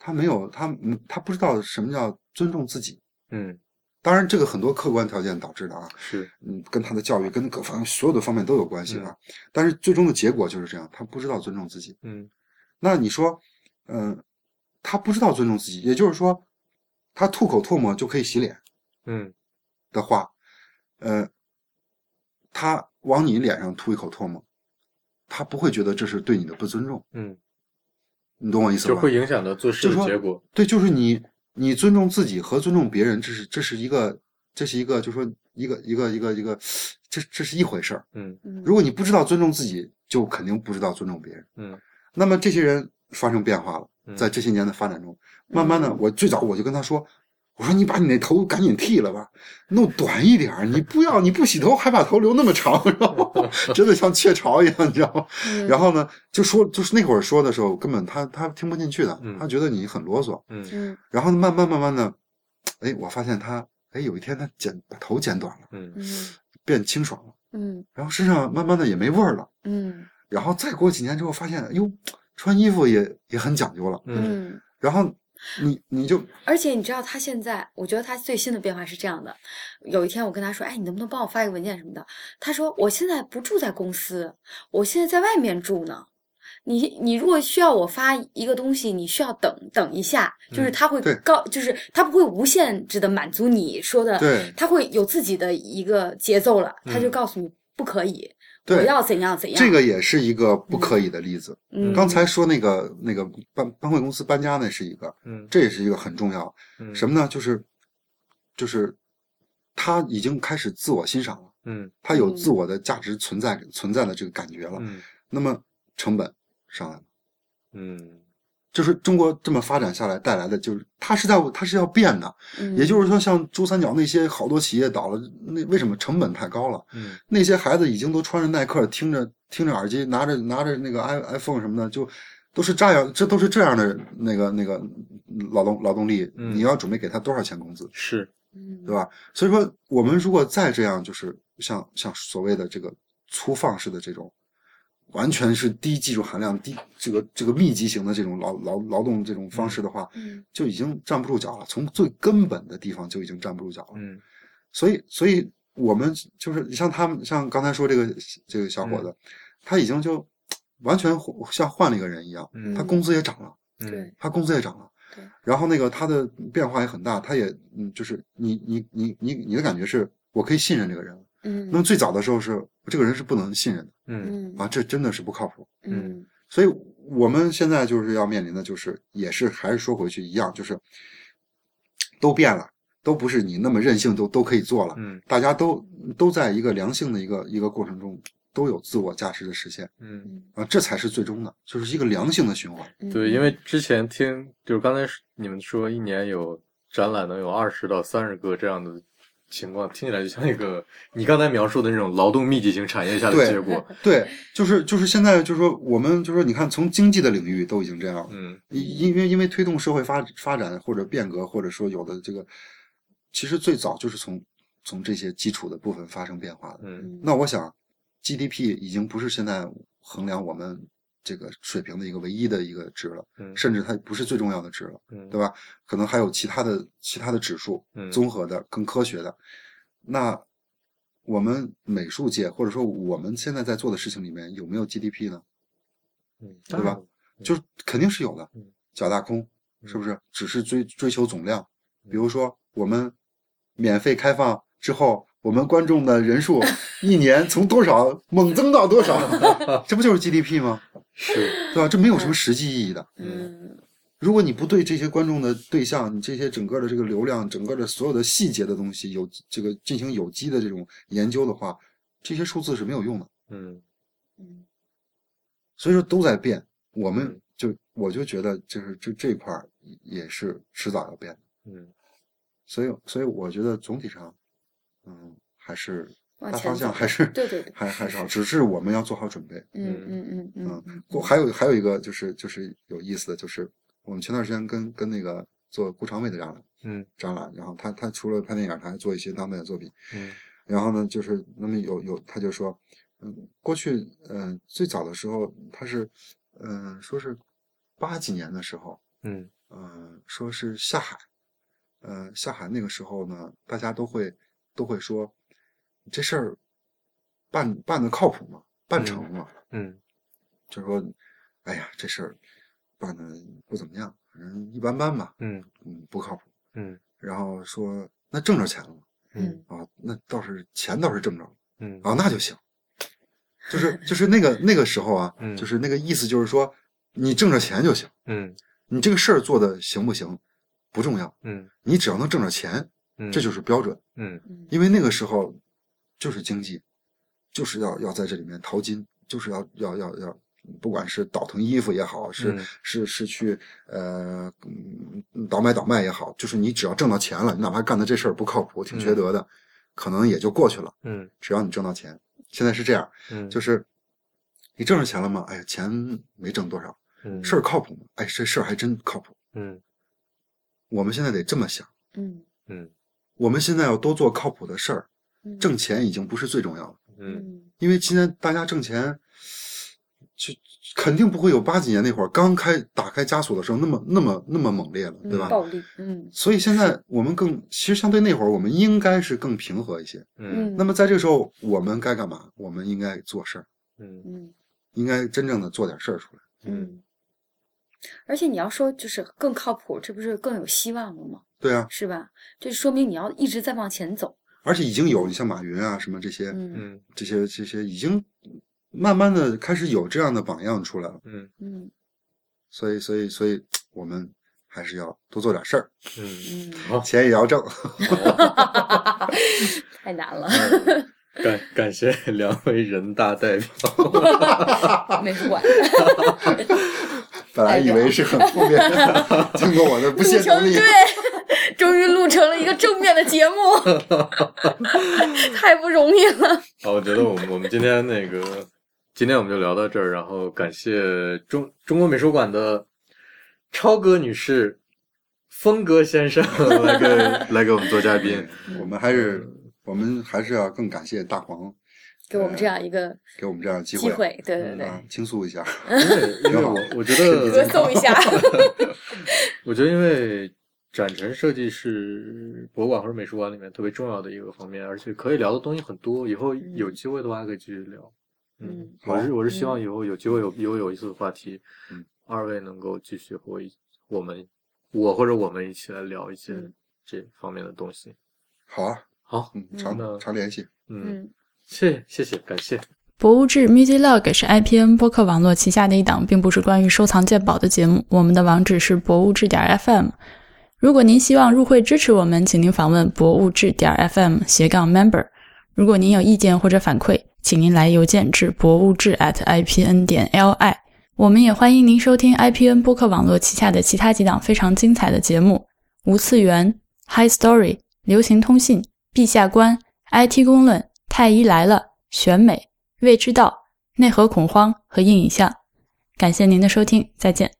他没有，他嗯他不知道什么叫尊重自己。嗯当然，这个很多客观条件导致的啊，是嗯，跟他的教育、跟各方所有的方面都有关系啊。但是最终的结果就是这样，他不知道尊重自己。嗯那你说，嗯、他不知道尊重自己，也就是说，他吐口唾沫就可以洗脸，嗯的话，呃，他往你脸上吐一口唾沫，他不会觉得这是对你的不尊重，嗯，你懂我意思就吧？会影响到做事就的说结果。对，就是你你尊重自己和尊重别人，这是这是一个这是一个，就说一个一个一个一个，这这是一回事儿。嗯嗯如果你不知道尊重自己，就肯定不知道尊重别人。嗯那么这些人发生变化了，嗯在这些年的发展中，慢慢的，我最早我就跟他说，我说你把你那头赶紧剃了吧，弄短一点儿，你不要你不洗头还把头留那么长，然后 真的像雀巢一样，你知道吗？嗯然后呢，就说就是那会儿说的时候，根本他他听不进去的嗯，他觉得你很啰嗦。嗯嗯然后慢慢慢慢的，哎，我发现他，哎，有一天他剪把头剪短了，嗯嗯变清爽了，嗯然后身上慢慢的也没味儿了。嗯然后再过几年之后，发现哟，穿衣服也也很讲究了。嗯嗯，然后你你就而且你知道他现在，我觉得他最新的变化是这样的。有一天我跟他说：“哎，你能不能帮我发一个文件什么的？”他说：“我现在不住在公司，我现在在外面住呢。你你如果需要我发一个东西，你需要等等一下，就是嗯他会对告，就是他不会无限制的满足你说的，对他会有自己的一个节奏了，他就嗯告诉你不可以，我对要怎样怎样。这个也是一个不可以的例子。嗯，刚才说那个那个搬搬会公司搬家那是一个，嗯这也是一个很重要。嗯什么呢？就是就是他已经开始自我欣赏了，嗯他有嗯自我的价值存在存在的这个感觉了。嗯那么成本上来了，嗯就是中国这么发展下来带来的，就是它是在它是要变的。嗯也就是说，像珠三角那些好多企业倒了，那为什么成本太高了？嗯那些孩子已经都穿着耐克，听着听着耳机，拿着拿着那个 i iPhone 什么的，就都是这样，这都是这样的那个那个劳动劳动力。嗯你要准备给他多少钱工资？是嗯对吧？所以说，我们如果再这样，就是像像所谓的这个粗放式的这种，完全是低技术含量、低这个这个密集型的这种劳劳劳动这种方式的话，嗯就已经站不住脚了。从最根本的地方就已经站不住脚了。嗯所以，所以我们就是像他们，像刚才说这个这个小伙子，他已经就完全像换了一个人一样，嗯他工资也涨了。嗯对他工资也涨了对，然后那个他的变化也很大，他也嗯，就是你你你你你的感觉是我可以信任这个人了。嗯那么最早的时候是这个人是不能信任的嗯嗯啊，这真的是不靠谱。嗯所以我们现在就是要面临的就是也是还是说回去一样，就是都变了，都不是你那么任性都都可以做了，嗯大家都都在一个良性的一个一个过程中都有自我价值的实现嗯嗯啊，这才是最终的，就是一个良性的循环。嗯对，因为之前听就是刚才是你们说一年有展览能有二十到三十个这样的情况，听起来就像一个你刚才描述的那种劳动密集型产业下的对结果。对，就是就是现在就是说我们就是说你看从经济的领域都已经这样了，嗯因因为因为推动社会发发展或者变革，或者说有的这个，其实最早就是从从这些基础的部分发生变化的。嗯那我想，GDP 已经不是现在衡量我们这个水平的一个唯一的一个值了，嗯甚至它不是最重要的值了，嗯对吧？可能还有其他的其他的指数嗯，综合的更科学的。那我们美术界或者说我们现在在做的事情里面有没有 GDP 呢？嗯，对吧？就是肯定是有的嗯，假大空是嗯不是？只是追追求总量，比如说我们免费开放之后，我们观众的人 数一年从多少猛增到多少， 这不就是 GDP 吗？是 对吧？这没有什么实际意义的。嗯如果你不对这些观众的对象、你这些整个的这个流量、整个的所有的细节的东西有这个进行有机的这种研究的话，这些数字是没有用的。嗯嗯所以说都在变，我们嗯就我就觉得就是这这块儿也是迟早要变的，嗯所以所以我觉得总体上，嗯，还是往大前方向走还是对对对还还是好，是只是我们要做好准备。嗯嗯嗯嗯嗯我还有还有一个就是就是有意思的就是我们前段时间跟跟那个做顾长卫的展览嗯展览，然后他他除了拍电影，他还做一些当代的作品，嗯然后呢，就是那么有有，他就说，嗯，过去，嗯、最早的时候，他是，嗯、说是八几年的时候，嗯嗯、说是下海，呃，下海那个时候呢，大家都会都会说，这事儿办办的靠谱吗？办成吗？嗯就说，哎呀，这事儿办的不怎么样，反正一般般吧，嗯嗯，不靠谱。嗯然后说，那挣着钱了吗？嗯啊，那倒是钱倒是挣着了。嗯啊，那就行。就是就是那个那个时候啊，嗯就是那个意思，就是说你挣着钱就行，嗯你这个事儿做的行不行不重要，嗯你只要能挣着钱，嗯，这就是标准。嗯嗯因为那个时候就是经济，就是要要在这里面淘金，就是要要要要不管是倒腾衣服也好，是、嗯是是去呃嗯倒卖倒卖也好，就是你只要挣到钱了，你哪怕干的这事儿不靠谱、嗯挺缺德的，可能也就过去了。嗯只要你挣到钱，现在是这样，嗯，就是你挣着钱了吗？哎呀，钱没挣多少，嗯事儿靠谱吗？哎，这事儿还真靠谱。嗯我们现在得这么想，嗯嗯我们现在要多做靠谱的事儿，嗯挣钱已经不是最重要了。嗯嗯因为今天大家挣钱，就肯定不会有八几年那会儿刚开打开枷锁的时候那么那么那么猛烈了，对吧？暴力嗯所以现在我们更，其实相对那会儿，我们应该是更平和一些。嗯那么在这个时候，我们该干嘛？我们应该做事儿，嗯嗯应该真正的做点事儿出来。嗯，而且你要说就是更靠谱，这不是更有希望了吗？对啊，是吧？这说明你要一直在往前走。而且已经有你像马云啊什么这些、嗯嗯这些这些，已经慢慢的开始有这样的榜样出来了。嗯嗯所以所以所以，我们还是要多做点事儿， 嗯，嗯，好，钱也要挣。太难 了，感感谢 两位人大代表。 美术馆本来以为是很负面 的，经过我的不懈录努哎成力，对，终于录成了一个正面的节目， 太不容易了。好，我觉得我们我们今天那个，今天我们就聊到这儿，然后感谢中中国美术馆的超哥女士、峰哥先生 来给来给我们做嘉宾。我们还是我们还是要更感谢大黄呃给我们这样一个嗯给我们这样的机机会，对对嗯对，啊，倾诉一下。因为因为我我 觉歌得，颂一下。我觉得因为展陈设计是博物馆或者美术馆里面特别重要的一个方面，而且可以聊的东西很多。以后嗯有机会的话还可以继续聊。嗯，好我是我是希望嗯以后有机会有有有意思的话题，嗯二位能够继续和我一我们我或者我们一起来聊一些嗯这方面的东西。好啊，好，嗯，嗯常常联系。嗯，嗯谢谢谢，感谢，博物志 Music Log 是 IPN 播客网络旗下的一档，并不是关于收藏鉴宝的节目。我们的网址是博物志点 FM。如果您希望入会支持我们，请您访问博物志点 FM 斜杠 member。如果您有意见或者反馈，请您来邮件至博物志 at IPN 点 LI。我们也欢迎您收听 IPN 播客网络旗下的其他几档非常精彩的节目：无次元、High Story、流行通信、陛下观、IT 公论、太医来了、选美。未知道、内核恐慌和硬影像。感谢您的收听，再见。